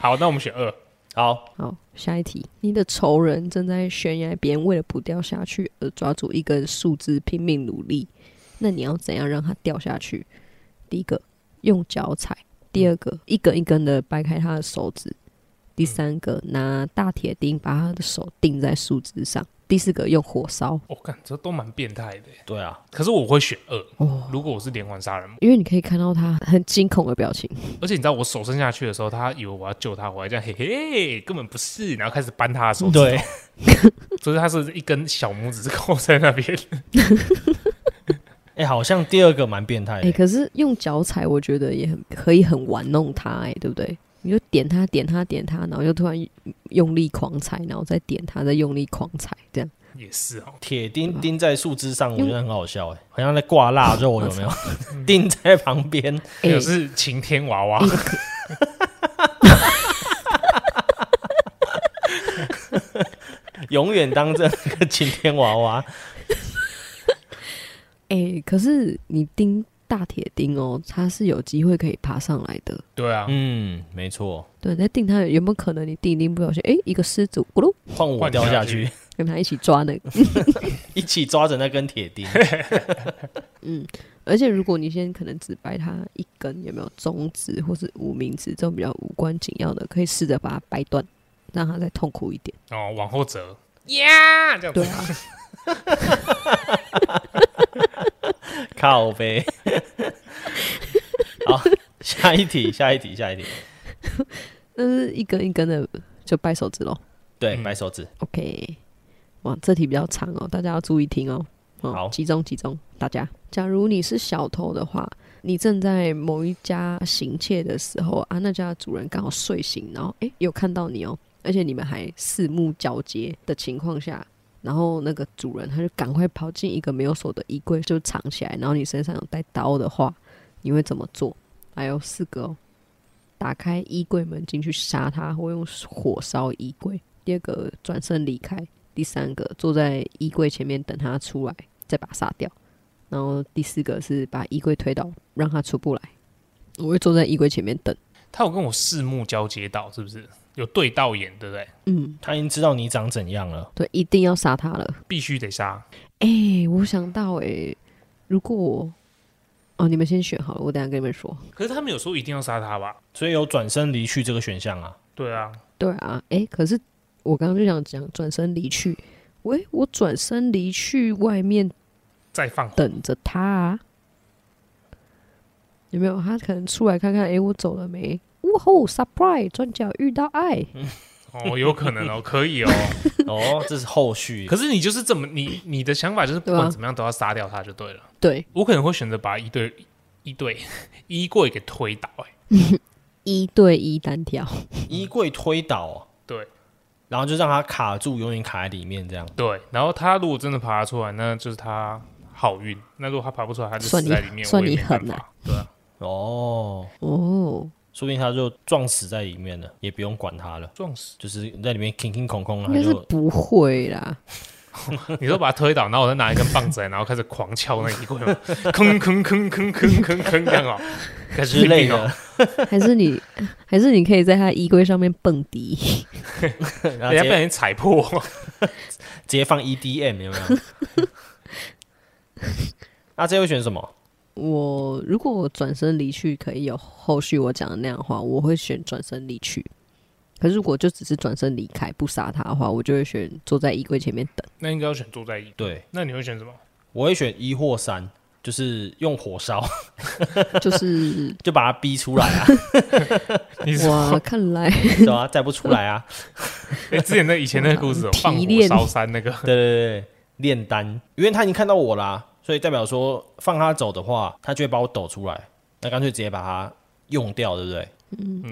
Speaker 1: 好，那我们选二。
Speaker 3: 好，
Speaker 2: 好，下一题，你的仇人正在悬崖边，为了不掉下去而抓住一根树枝拼命努力，那你要怎样让它掉下去？第一个，用脚踩；第二个，一根一根的掰开他的手指；第三个，拿大铁钉把他的手钉在树枝上；第四个用火烧
Speaker 1: 我看、哦这都蛮变态的耶。
Speaker 3: 对啊，
Speaker 1: 可是我会选二，
Speaker 2: 哦，
Speaker 1: 如果我是连环杀人魔，
Speaker 2: 因为你可以看到他很惊恐的表情，
Speaker 1: 而且你知道我手伸下去的时候，他以为我要救他，我还这样嘿嘿嘿，根本不是，然后开始扳他的
Speaker 2: 嗯
Speaker 1: 手指，
Speaker 3: 对，
Speaker 1: 所以他是一根小拇指扣在那边， [LAUGHS]
Speaker 3: 哎，好像第二个蛮变态
Speaker 2: 哎、
Speaker 3: 的，
Speaker 2: 可是用脚踩，我觉得也很可以很玩弄他、哎，对不对？你就点他，点他，点他，然后又突然用力狂踩，然后再点他，再用力狂踩，这样
Speaker 1: 也是哦。
Speaker 3: 铁钉钉在树枝上，我觉得很好笑，哎，好像在挂腊肉，有没有？ [LAUGHS] 钉在旁边，
Speaker 1: 还有
Speaker 2: 哎
Speaker 1: 是晴天娃娃，
Speaker 3: 永远当这个晴天娃 [LAUGHS] 娃。
Speaker 2: 哎、可是你钉大铁钉哦，它是有机会可以爬上来的。
Speaker 1: 对啊，
Speaker 3: 嗯，没错，
Speaker 2: 对，在钉它有没有可能你钉一钉不小心，哎、一个狮子咕噜
Speaker 3: 换我掉下去， [LAUGHS]
Speaker 2: 跟它一起抓 [LAUGHS] 那个。
Speaker 3: 一起抓着那根铁 [LAUGHS] 钉。
Speaker 2: 嗯而且如果你先可能只掰它一根，有没有中指或是无名指这种比较无关紧要的，可以试着把它掰断，让它再痛苦一点。
Speaker 1: 哦，往后折，呀，这样
Speaker 2: 对
Speaker 1: 子，
Speaker 2: 啊，
Speaker 3: 靠呗。 [LAUGHS] 好，下一题，下一题，下一题。
Speaker 2: 那是一根一根的就掰手指喽。
Speaker 3: 对，
Speaker 1: 嗯
Speaker 3: 掰手指。
Speaker 2: OK，哇，这题比较长哦，大家要注意听哦。哦
Speaker 3: 好
Speaker 2: 集中集中，大家。假如你是小偷的话，你正在某一家行窃的时候啊，那家的主人刚好睡醒，然后诶有看到你哦，而且你们还四目交接的情况下，然后那个主人他就赶快跑进一个没有锁的衣柜就藏起来，然后你身上有带刀的话，你会怎么做？还有四个哦，打开衣柜门进去杀他，或用火烧衣柜。第二个转身离开，第三个坐在衣柜前面等他出来，再把他杀掉。然后第四个是把衣柜推倒，让他出不来。我会坐在衣柜前面等。
Speaker 1: 他有跟我四目交接到，是不是？有对到眼，对不对？
Speaker 2: 嗯，
Speaker 3: 他已经知道你长怎样了。
Speaker 2: 对，一定要杀他了。
Speaker 1: 必须得杀。
Speaker 2: 哎、我想到哎、如果我哦，你们先选好了，我等一下跟你们说。
Speaker 1: 可是他们有说一定要杀他吧？
Speaker 3: 所以有转身离去这个选项 [LAUGHS] 啊，
Speaker 1: 对啊，
Speaker 2: 对啊，哎、可是我刚刚就想讲转身离去，喂，我转身离去外面
Speaker 1: 再放火
Speaker 2: 等着他、啊，有没有？他可能出来看看，诶，我走了没？哇吼，surprise，转角遇到爱，
Speaker 1: 哦，有可能哦，可以哦。
Speaker 3: 哦，这是后续
Speaker 1: 可是你就是这么，你你的想法就是不
Speaker 2: 对
Speaker 1: 管
Speaker 2: 啊
Speaker 1: 怎么样都要杀掉他就对了。
Speaker 2: 对，
Speaker 1: 我可能会选择把一对一对衣柜给推倒、哎，
Speaker 2: 一对一单挑，
Speaker 3: 衣柜推倒、哦，
Speaker 1: 对
Speaker 3: 然后就让他卡住，永远卡在里面这样。
Speaker 1: 对。然后他如果真的爬得出来，那就是他好运；那如果他爬不出来，他就死
Speaker 2: 算你
Speaker 1: 在里面，
Speaker 2: 算
Speaker 1: 我也
Speaker 2: 你
Speaker 1: 没办
Speaker 2: 狠啊
Speaker 1: 法。对啊，
Speaker 3: 哦，
Speaker 2: 哦，
Speaker 3: 说不定他就撞死在里面了，也不用管他了，
Speaker 1: 撞死！
Speaker 3: 就是在里面空空空空，
Speaker 2: 应
Speaker 3: 然
Speaker 2: 该
Speaker 3: 后
Speaker 2: 是
Speaker 3: 就
Speaker 2: 不会啦，
Speaker 1: 你说把他推倒，然后我再拿一根棒子来，然后开始狂敲那衣柜吗，吭吭吭吭吭吭吭这样哦，开始
Speaker 3: 之类的，
Speaker 2: 还是你， [LAUGHS] 还是你可以在他衣柜上面蹦迪，
Speaker 3: 然后
Speaker 1: 人
Speaker 3: 直
Speaker 1: 家被
Speaker 3: 接
Speaker 1: 人踩破。
Speaker 3: 直接放 EDM 有没有？那这会选什么？
Speaker 2: 我如果我转身离去，可以有后续我讲的那样的话，我会选转身离去。可是如果就只是转身离开不杀他的话，我就会选坐在衣柜前面等。
Speaker 1: 那应该要选坐在椅。
Speaker 3: 对，
Speaker 1: 那你会选什么？
Speaker 3: 我会选一或三，就是用火烧 [LAUGHS]
Speaker 2: 就是
Speaker 3: 就把他逼出来啊， [LAUGHS]
Speaker 1: 你是
Speaker 2: 哇，看来
Speaker 3: 对啊，再不出来啊，
Speaker 1: 哎、之前那以前那个故事、哦，放
Speaker 2: 提
Speaker 1: 火
Speaker 2: 炼
Speaker 1: 烧山那个，
Speaker 3: 对对对，对炼丹，因为他已经看到我啦，所以代表说放他走的话，他就会把我抖出来，那干脆直接把他用掉，对不对？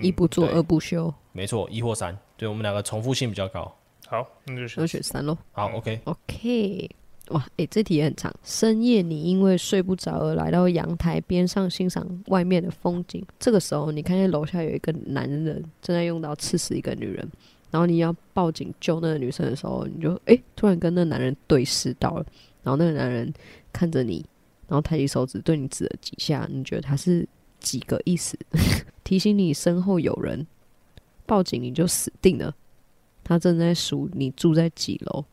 Speaker 2: 一不做
Speaker 3: 对
Speaker 2: 二不休，
Speaker 3: 没错，一或三，对我们两个重复性比较高。
Speaker 1: 好，那就选
Speaker 2: 我选三喽。
Speaker 3: 好，OK，
Speaker 2: OK，哇，诶，这题也很长。深夜你因为睡不着而来到阳台边上欣赏外面的风景，这个时候你看见楼下有一个男人正在用刀刺死一个女人，然后你要报警救那个女生的时候，你就诶，突然跟那男人对视到了，然后那个男人看着你，然后抬起手指对你指了几下，你觉得他是几个意思？ [LAUGHS] 提醒你身后有人，报警你就死定了。他正在数你住在几楼，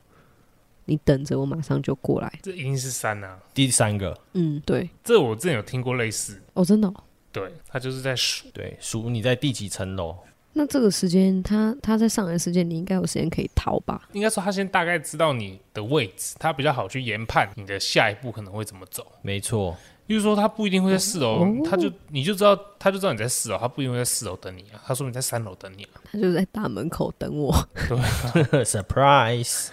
Speaker 2: 你等着，我马上就过来。
Speaker 1: 这一定是三啊。
Speaker 3: 第三个，
Speaker 2: 嗯，对，
Speaker 1: 这我之前有听过类似，
Speaker 2: 哦，真的哦、
Speaker 1: 对他就是在数，
Speaker 3: 对，数你在第几层楼？
Speaker 2: 那这个时间，他他在上来的时间，你应该有时间可以逃吧？
Speaker 1: 应该说他先大概知道你的位置，他比较好去研判你的下一步可能会怎么走。
Speaker 3: 没错， [LAUGHS]
Speaker 1: 例如说他不一定会在四
Speaker 2: 哦
Speaker 1: 楼，他就你就知道他就知道你在四楼，他不一定会在四楼等你啊，他说你在三楼等你啊。
Speaker 2: 他就在大门口等我。
Speaker 3: surprise，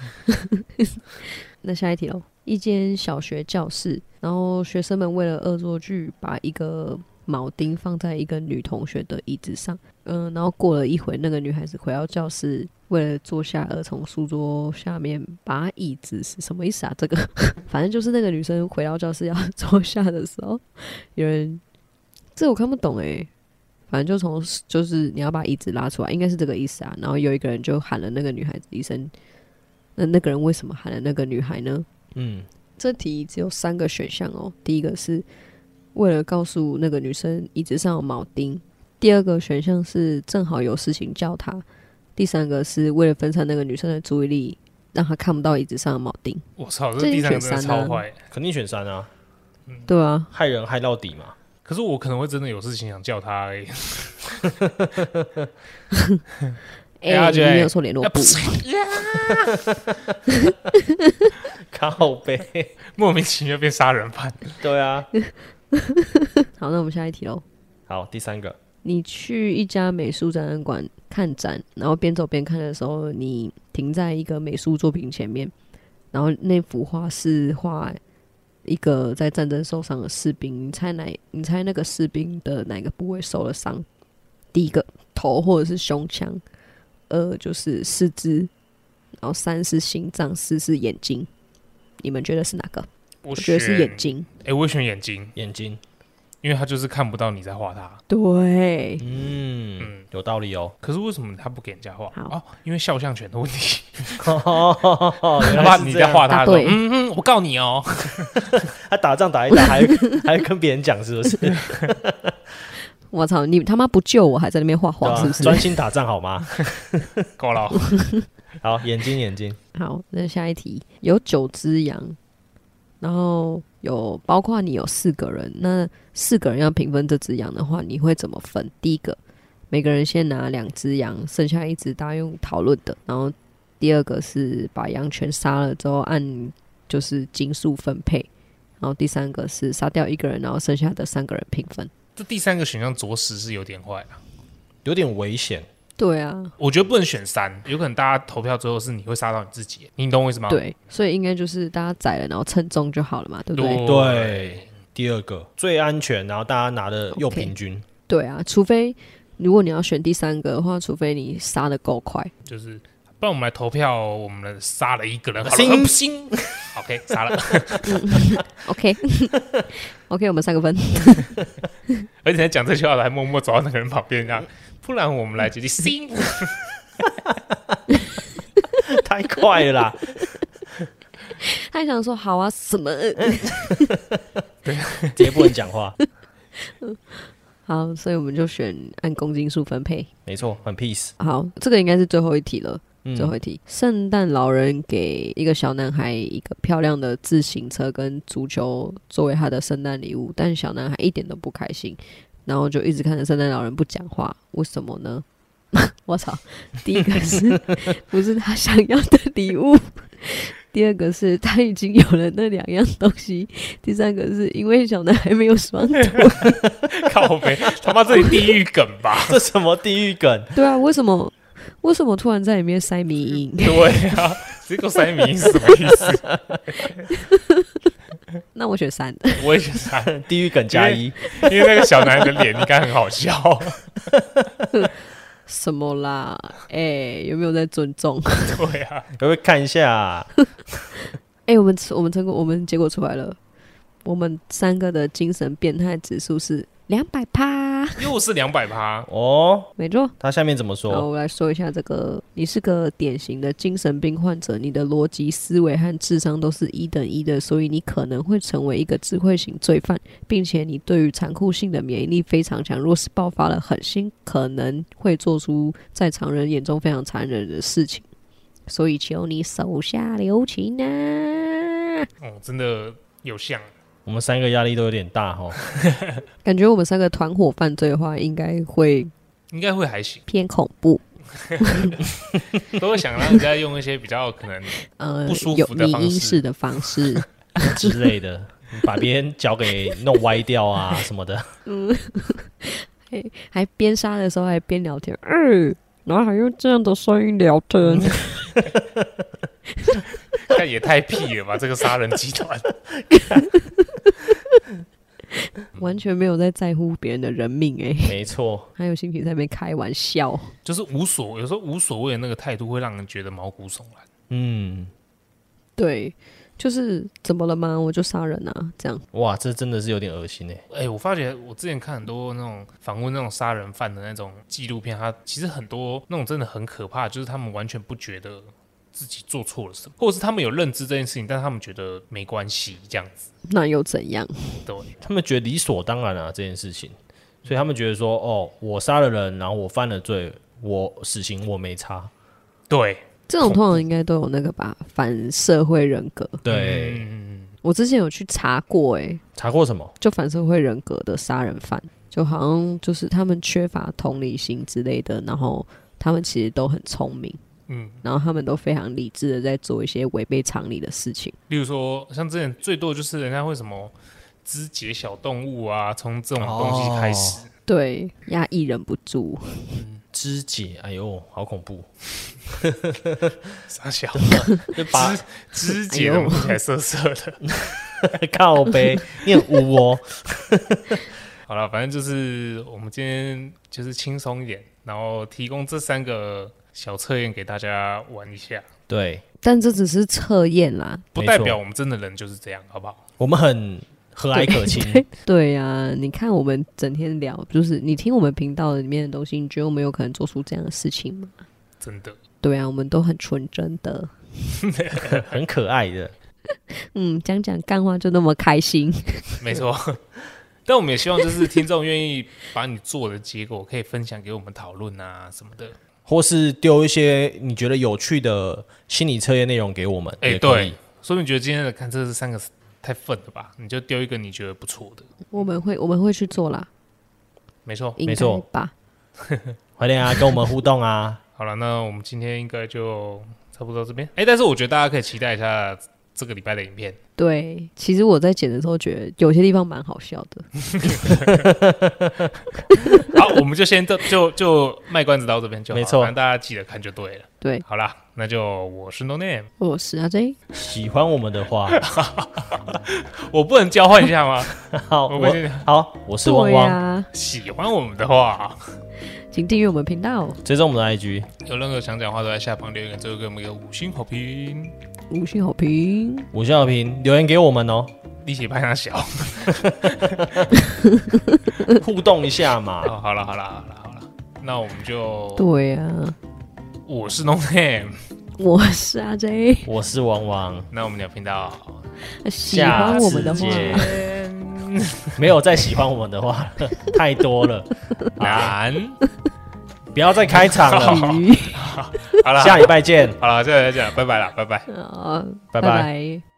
Speaker 2: 那下一题喽，哦一间小学教室，然后学生们为了恶作剧，把一个铆钉放在一个女同学的椅子上，嗯，然后过了一会，那个女孩子回到教室，为了坐下而从书桌下面把椅子是什么意思啊？这个 [LAUGHS] 反正就是那个女生回到教室要坐下的时候，有人这我看不懂诶、欸反正就从就是你要把椅子拉出来，应该是这个意思啊。然后有一个人就喊了那个女孩子一声，那那个人为什么喊了那个女孩呢？
Speaker 3: 嗯，
Speaker 2: 这题只有三个选项哦。第一个是为了告诉那个女生椅子上有铆钉，第二个选项是正好有事情叫她，第三个是为了分散那个女生的注意力，让她看不到椅子上的铆钉。
Speaker 1: 我操，这
Speaker 2: 这
Speaker 1: 第
Speaker 2: 你
Speaker 1: 三个
Speaker 2: 选
Speaker 1: 真的超
Speaker 2: 三啊
Speaker 1: 坏。
Speaker 3: 肯定选三啊，
Speaker 2: 对啊，
Speaker 3: 害人害到底嘛。 [LAUGHS]
Speaker 1: 可是我可能会真的有事情想叫他、欸，哎
Speaker 2: 哎、
Speaker 1: 阿
Speaker 2: 你
Speaker 1: 娟
Speaker 2: 没有说联络部，
Speaker 3: 靠背， [LAUGHS]
Speaker 1: 莫名其妙变杀人犯。
Speaker 3: 对啊。
Speaker 2: 好，那我们下一题喽。
Speaker 3: 好，第三个，
Speaker 2: 你去一家美术展览馆看展，然后边走边看的时候，你停在一个美术作品前面，然后那幅画是画一个在战争受伤的士兵，你猜哪？你猜那个士兵的哪个部位受了伤？第一个头或者是胸腔，二就是四肢，然后三是心脏，四是眼睛。你们觉得是哪个？
Speaker 1: 我
Speaker 2: [LAUGHS] 我觉得是眼
Speaker 1: 选，
Speaker 2: 睛。
Speaker 1: 哎、我会选眼睛，
Speaker 3: 眼睛，
Speaker 1: 因为他就是看不到你在画他。
Speaker 2: 对，
Speaker 3: 嗯，有道理哦。 [LAUGHS]
Speaker 1: 可是为什么他不给人家画？
Speaker 2: 好
Speaker 1: 哦，因为肖像权的问
Speaker 2: [LAUGHS]
Speaker 1: 题。
Speaker 3: 原
Speaker 1: 他
Speaker 3: 来
Speaker 1: 怕
Speaker 3: 是
Speaker 1: 你
Speaker 3: 这
Speaker 1: 在
Speaker 3: 样，
Speaker 1: 画他
Speaker 2: 答
Speaker 1: 的时候，
Speaker 2: 对
Speaker 1: 嗯嗯，我告你哦。
Speaker 3: 他打仗打一打，还 [LAUGHS] 还跟别人讲
Speaker 2: [LAUGHS]
Speaker 3: 是不是？对
Speaker 2: 我操，你他妈不救我，还在那边画画，
Speaker 3: 吧
Speaker 2: 是不是？
Speaker 3: 啊专心打仗好吗？
Speaker 1: 够了，
Speaker 3: 好，眼睛眼睛，
Speaker 2: 好，那下一题有九只羊，然后有包括你有四个人，那四个人要平分这只羊的话，你会怎么分？第一个，每个人先拿两只羊，剩下一只大家用讨论的。然后第二个是把羊全杀了之后按就是斤数分配，然后第三个是杀掉一个人，然后剩下的三个人平分。
Speaker 1: 这第三个选项着实是有点坏啊。
Speaker 3: 有点危险。
Speaker 2: 对啊，
Speaker 1: 我觉得不能选三，有可能大家投票最后是你会杀到你自己，你懂我意思吗？
Speaker 2: 对，所以应该就是大家宰了，然后称重就好了嘛，对不对？
Speaker 1: 对
Speaker 3: 对，第二个最安全，然后大家拿的又平均。
Speaker 2: 对啊，除非如果你要选第三个的话，除非你杀的够快。
Speaker 1: 就是不然我们来投票，我们杀了一个人，好
Speaker 3: 行
Speaker 1: 了，不行 [LAUGHS] ，OK，杀了，
Speaker 2: [LAUGHS] OK，OK，、我们三个分。 [LAUGHS]
Speaker 1: 而且在讲这句话的还默默走到那个人旁边，这样，不然我们来决定，行，
Speaker 3: [LAUGHS] 太快了啦！
Speaker 2: 他还想说好啊，什么？
Speaker 3: 直接不能讲话，
Speaker 2: [LAUGHS] 好，所以我们就选按公斤数分配。
Speaker 3: 没错，很 peace。
Speaker 2: 好，这个应该是最后一题了。
Speaker 3: 嗯
Speaker 2: 最后一题，圣诞老人给一个小男孩一个漂亮的自行车跟足球作为他的圣诞礼物，但小男孩一点都不开心，然后就一直看着圣诞老人不讲话，为什么呢？ [LAUGHS] 我操！第一个是 [LAUGHS] 不是他想要的礼物？第二个是他已经有了那两样东西，第三个是因为小男孩没有 [LAUGHS] 双腿。
Speaker 1: 靠背，他妈这里地狱梗
Speaker 3: [LAUGHS]
Speaker 1: [LAUGHS] 吧？
Speaker 3: 这什么地狱
Speaker 1: [LAUGHS]
Speaker 3: 梗？
Speaker 2: 对啊，为什么？为什么突然在里面塞迷音？
Speaker 1: 对啊，这个三名是什么意思？
Speaker 2: 那我选三。
Speaker 1: 我也选三，
Speaker 3: 地狱梗加一，
Speaker 1: 因为那个小男人的脸应该很好笑，
Speaker 2: 什么啦？哎、有没有在尊重？ [LAUGHS]
Speaker 1: 对啊，
Speaker 3: 可不可以看一下啊？
Speaker 2: 哎、我们我们成果我们结果出来了，我们三个的精神变态指数是两百趴，
Speaker 1: 又是两百趴，
Speaker 3: 哦，
Speaker 2: 没错。
Speaker 3: 他下面怎么
Speaker 2: 然后
Speaker 1: 哦
Speaker 3: 说？
Speaker 2: 我来说一下这个，你是个典型的精神病患者，你的逻辑思维和智商都是一等一的，所以你可能会成为一个智慧型罪犯，并且你对于残酷性的免疫力非常强，若是爆发了狠心，可能会做出在常人眼中非常残忍的事情，所以求你手下留情啊！
Speaker 1: 哦，真的有像，
Speaker 3: 我们
Speaker 1: [LAUGHS]
Speaker 3: 三个压力都有点大哦。
Speaker 2: 感觉我们三个团伙犯罪的话，应该会
Speaker 1: 应该会还行，
Speaker 2: 偏恐怖，
Speaker 1: 都会想让人家用一些比较可能
Speaker 2: 呃
Speaker 1: 不舒，
Speaker 2: 有
Speaker 1: 服的
Speaker 2: 迷
Speaker 1: 方
Speaker 2: 因
Speaker 1: 式
Speaker 2: 式的方式，
Speaker 3: 之类的，把别人脚给弄歪掉
Speaker 1: [LAUGHS]
Speaker 3: 啊什么的。
Speaker 2: 还边杀的时候还边聊天，嗯、然后还用这样的声音聊天，
Speaker 1: 看也太屁了吧！ [LAUGHS] 这个杀人集团，
Speaker 2: [LAUGHS]
Speaker 1: [LAUGHS]
Speaker 2: 完全没有在在乎别人的人命哎、
Speaker 3: 没错，
Speaker 2: 还有心情在那边开玩笑，
Speaker 1: 就是无所，有时候无所谓的那个态度会让人觉得毛骨悚然。
Speaker 3: 嗯，
Speaker 2: 对，就是怎么了吗？我就杀人啊，这样
Speaker 3: 哇，这真的是有点恶心哎、
Speaker 1: 哎、我发觉我之前看很多那种访问那种杀人犯的那种纪录片，他其实很多那种真的很可怕，就是他们完全不觉得自己做错了什么，或者是他们有认知这件事情，但他们觉得没关系这样子。
Speaker 2: 那又怎样？
Speaker 1: 对，
Speaker 3: 他们觉得理所当然啊这件事情，所以他们觉得说，哦，我杀了人，然后我犯了罪，我死刑我没差。
Speaker 1: 对，
Speaker 2: 这种通常应该都有那个吧，反社会人格。
Speaker 3: 对，
Speaker 1: 嗯，
Speaker 2: 我之前有去查过、欸，
Speaker 3: 查过什么？
Speaker 2: 就反社会人格的杀人犯，就好像就是他们缺乏同理心之类的，然后他们其实都很聪明，
Speaker 1: 嗯，
Speaker 2: 然后他们都非常理智的在做一些违背常理的事情。
Speaker 1: 例如说，像之前最多就是人家会什么肢解小动物啊，从这种东西开 [LAUGHS] 始。
Speaker 2: 对，压抑忍不住，
Speaker 3: 肢解，哎呦，好恐
Speaker 1: [LAUGHS]
Speaker 3: 怖！
Speaker 1: 傻小
Speaker 3: 就把 [LAUGHS]
Speaker 1: 肢解的东西还色色的，
Speaker 3: 靠背念污哦，
Speaker 1: 好了，反正就是我们今天就是轻松一点，然后提供这三个小测验给大家玩一下，
Speaker 3: 对
Speaker 2: 但这只是测验啦。
Speaker 1: 不
Speaker 3: 没
Speaker 1: 代
Speaker 3: 错
Speaker 1: 表我们真的人就是这样，好不好？
Speaker 3: 我们很和蔼可亲，
Speaker 2: 对呀、你看我们整天聊，就是你听我们频道里面的东西，你觉得我们有可能做出这样的事情吗？
Speaker 1: 真的，
Speaker 2: 对啊，我们都很纯真的，
Speaker 3: 很可爱的。
Speaker 2: 嗯，讲讲干话就那么开心。 [LAUGHS]
Speaker 1: 没错。 [LAUGHS] 但我们也希望就是听众愿意把你做的结果可以分享给我们讨论啊什么的。
Speaker 3: 或是丢一些你觉得有趣的心理测验内容给我们，
Speaker 1: 哎、
Speaker 3: 也可以
Speaker 1: 对，，所以你觉得今天的看这三个太粪了吧？你就丢一个你觉得不错的，
Speaker 2: 我们会我们会去做啦，
Speaker 1: 没错。
Speaker 2: 应
Speaker 3: 没错
Speaker 2: 该吧？
Speaker 3: 快点啊，跟我们互
Speaker 1: [LAUGHS]
Speaker 3: 动啊！
Speaker 1: 好了，那我们今天应该就差不多到这边。哎、但是我觉得大家可以期待一下这个礼拜的影片。
Speaker 2: 对，其实我在剪的时候觉得有些地方蛮好笑的。
Speaker 1: [LAUGHS] 好，我们就先就就就卖关子到这边就好，
Speaker 3: 没错
Speaker 1: 反正大家记得看就对了。
Speaker 2: 对，
Speaker 1: 好啦，那就我是 No Name，
Speaker 2: 我是阿 J，
Speaker 3: 喜欢我们的
Speaker 1: [LAUGHS]
Speaker 3: 话，
Speaker 1: 我不能交换一下吗？
Speaker 3: 好，
Speaker 1: 我
Speaker 3: [LAUGHS] 我
Speaker 1: 们
Speaker 3: 好，我是汪
Speaker 2: 对
Speaker 3: 汪，
Speaker 2: 呀，
Speaker 1: 喜欢我们的话，
Speaker 2: 请订阅我们频道，
Speaker 3: 追踪我们的 IG，
Speaker 1: 有任何想讲话都在下方留言，最后给我们一个五星好评，
Speaker 2: 五星好评，
Speaker 3: 五星好评留言给我
Speaker 1: [LAUGHS]
Speaker 3: 们哦，
Speaker 1: 力气派他小。
Speaker 3: 互动一下嘛。
Speaker 1: 好，好了，好了，好了，好了，那我们就
Speaker 2: 对呀，
Speaker 1: 我是 No Name，
Speaker 2: 我是阿 J，
Speaker 3: 我是汪汪，
Speaker 1: 那我们聊频道，
Speaker 2: 喜欢我们的话
Speaker 3: 下，次见 [LAUGHS] 没有再喜欢我们的话 [LAUGHS] 了，太多了，
Speaker 1: [LAUGHS] 难，
Speaker 3: 不要再开场了，
Speaker 2: 鱼
Speaker 1: 好了，
Speaker 3: 下礼拜见，
Speaker 1: 好了，下礼拜见，拜拜了，拜拜。
Speaker 2: 啊，
Speaker 3: 拜
Speaker 2: 拜
Speaker 3: 拜。
Speaker 2: 拜。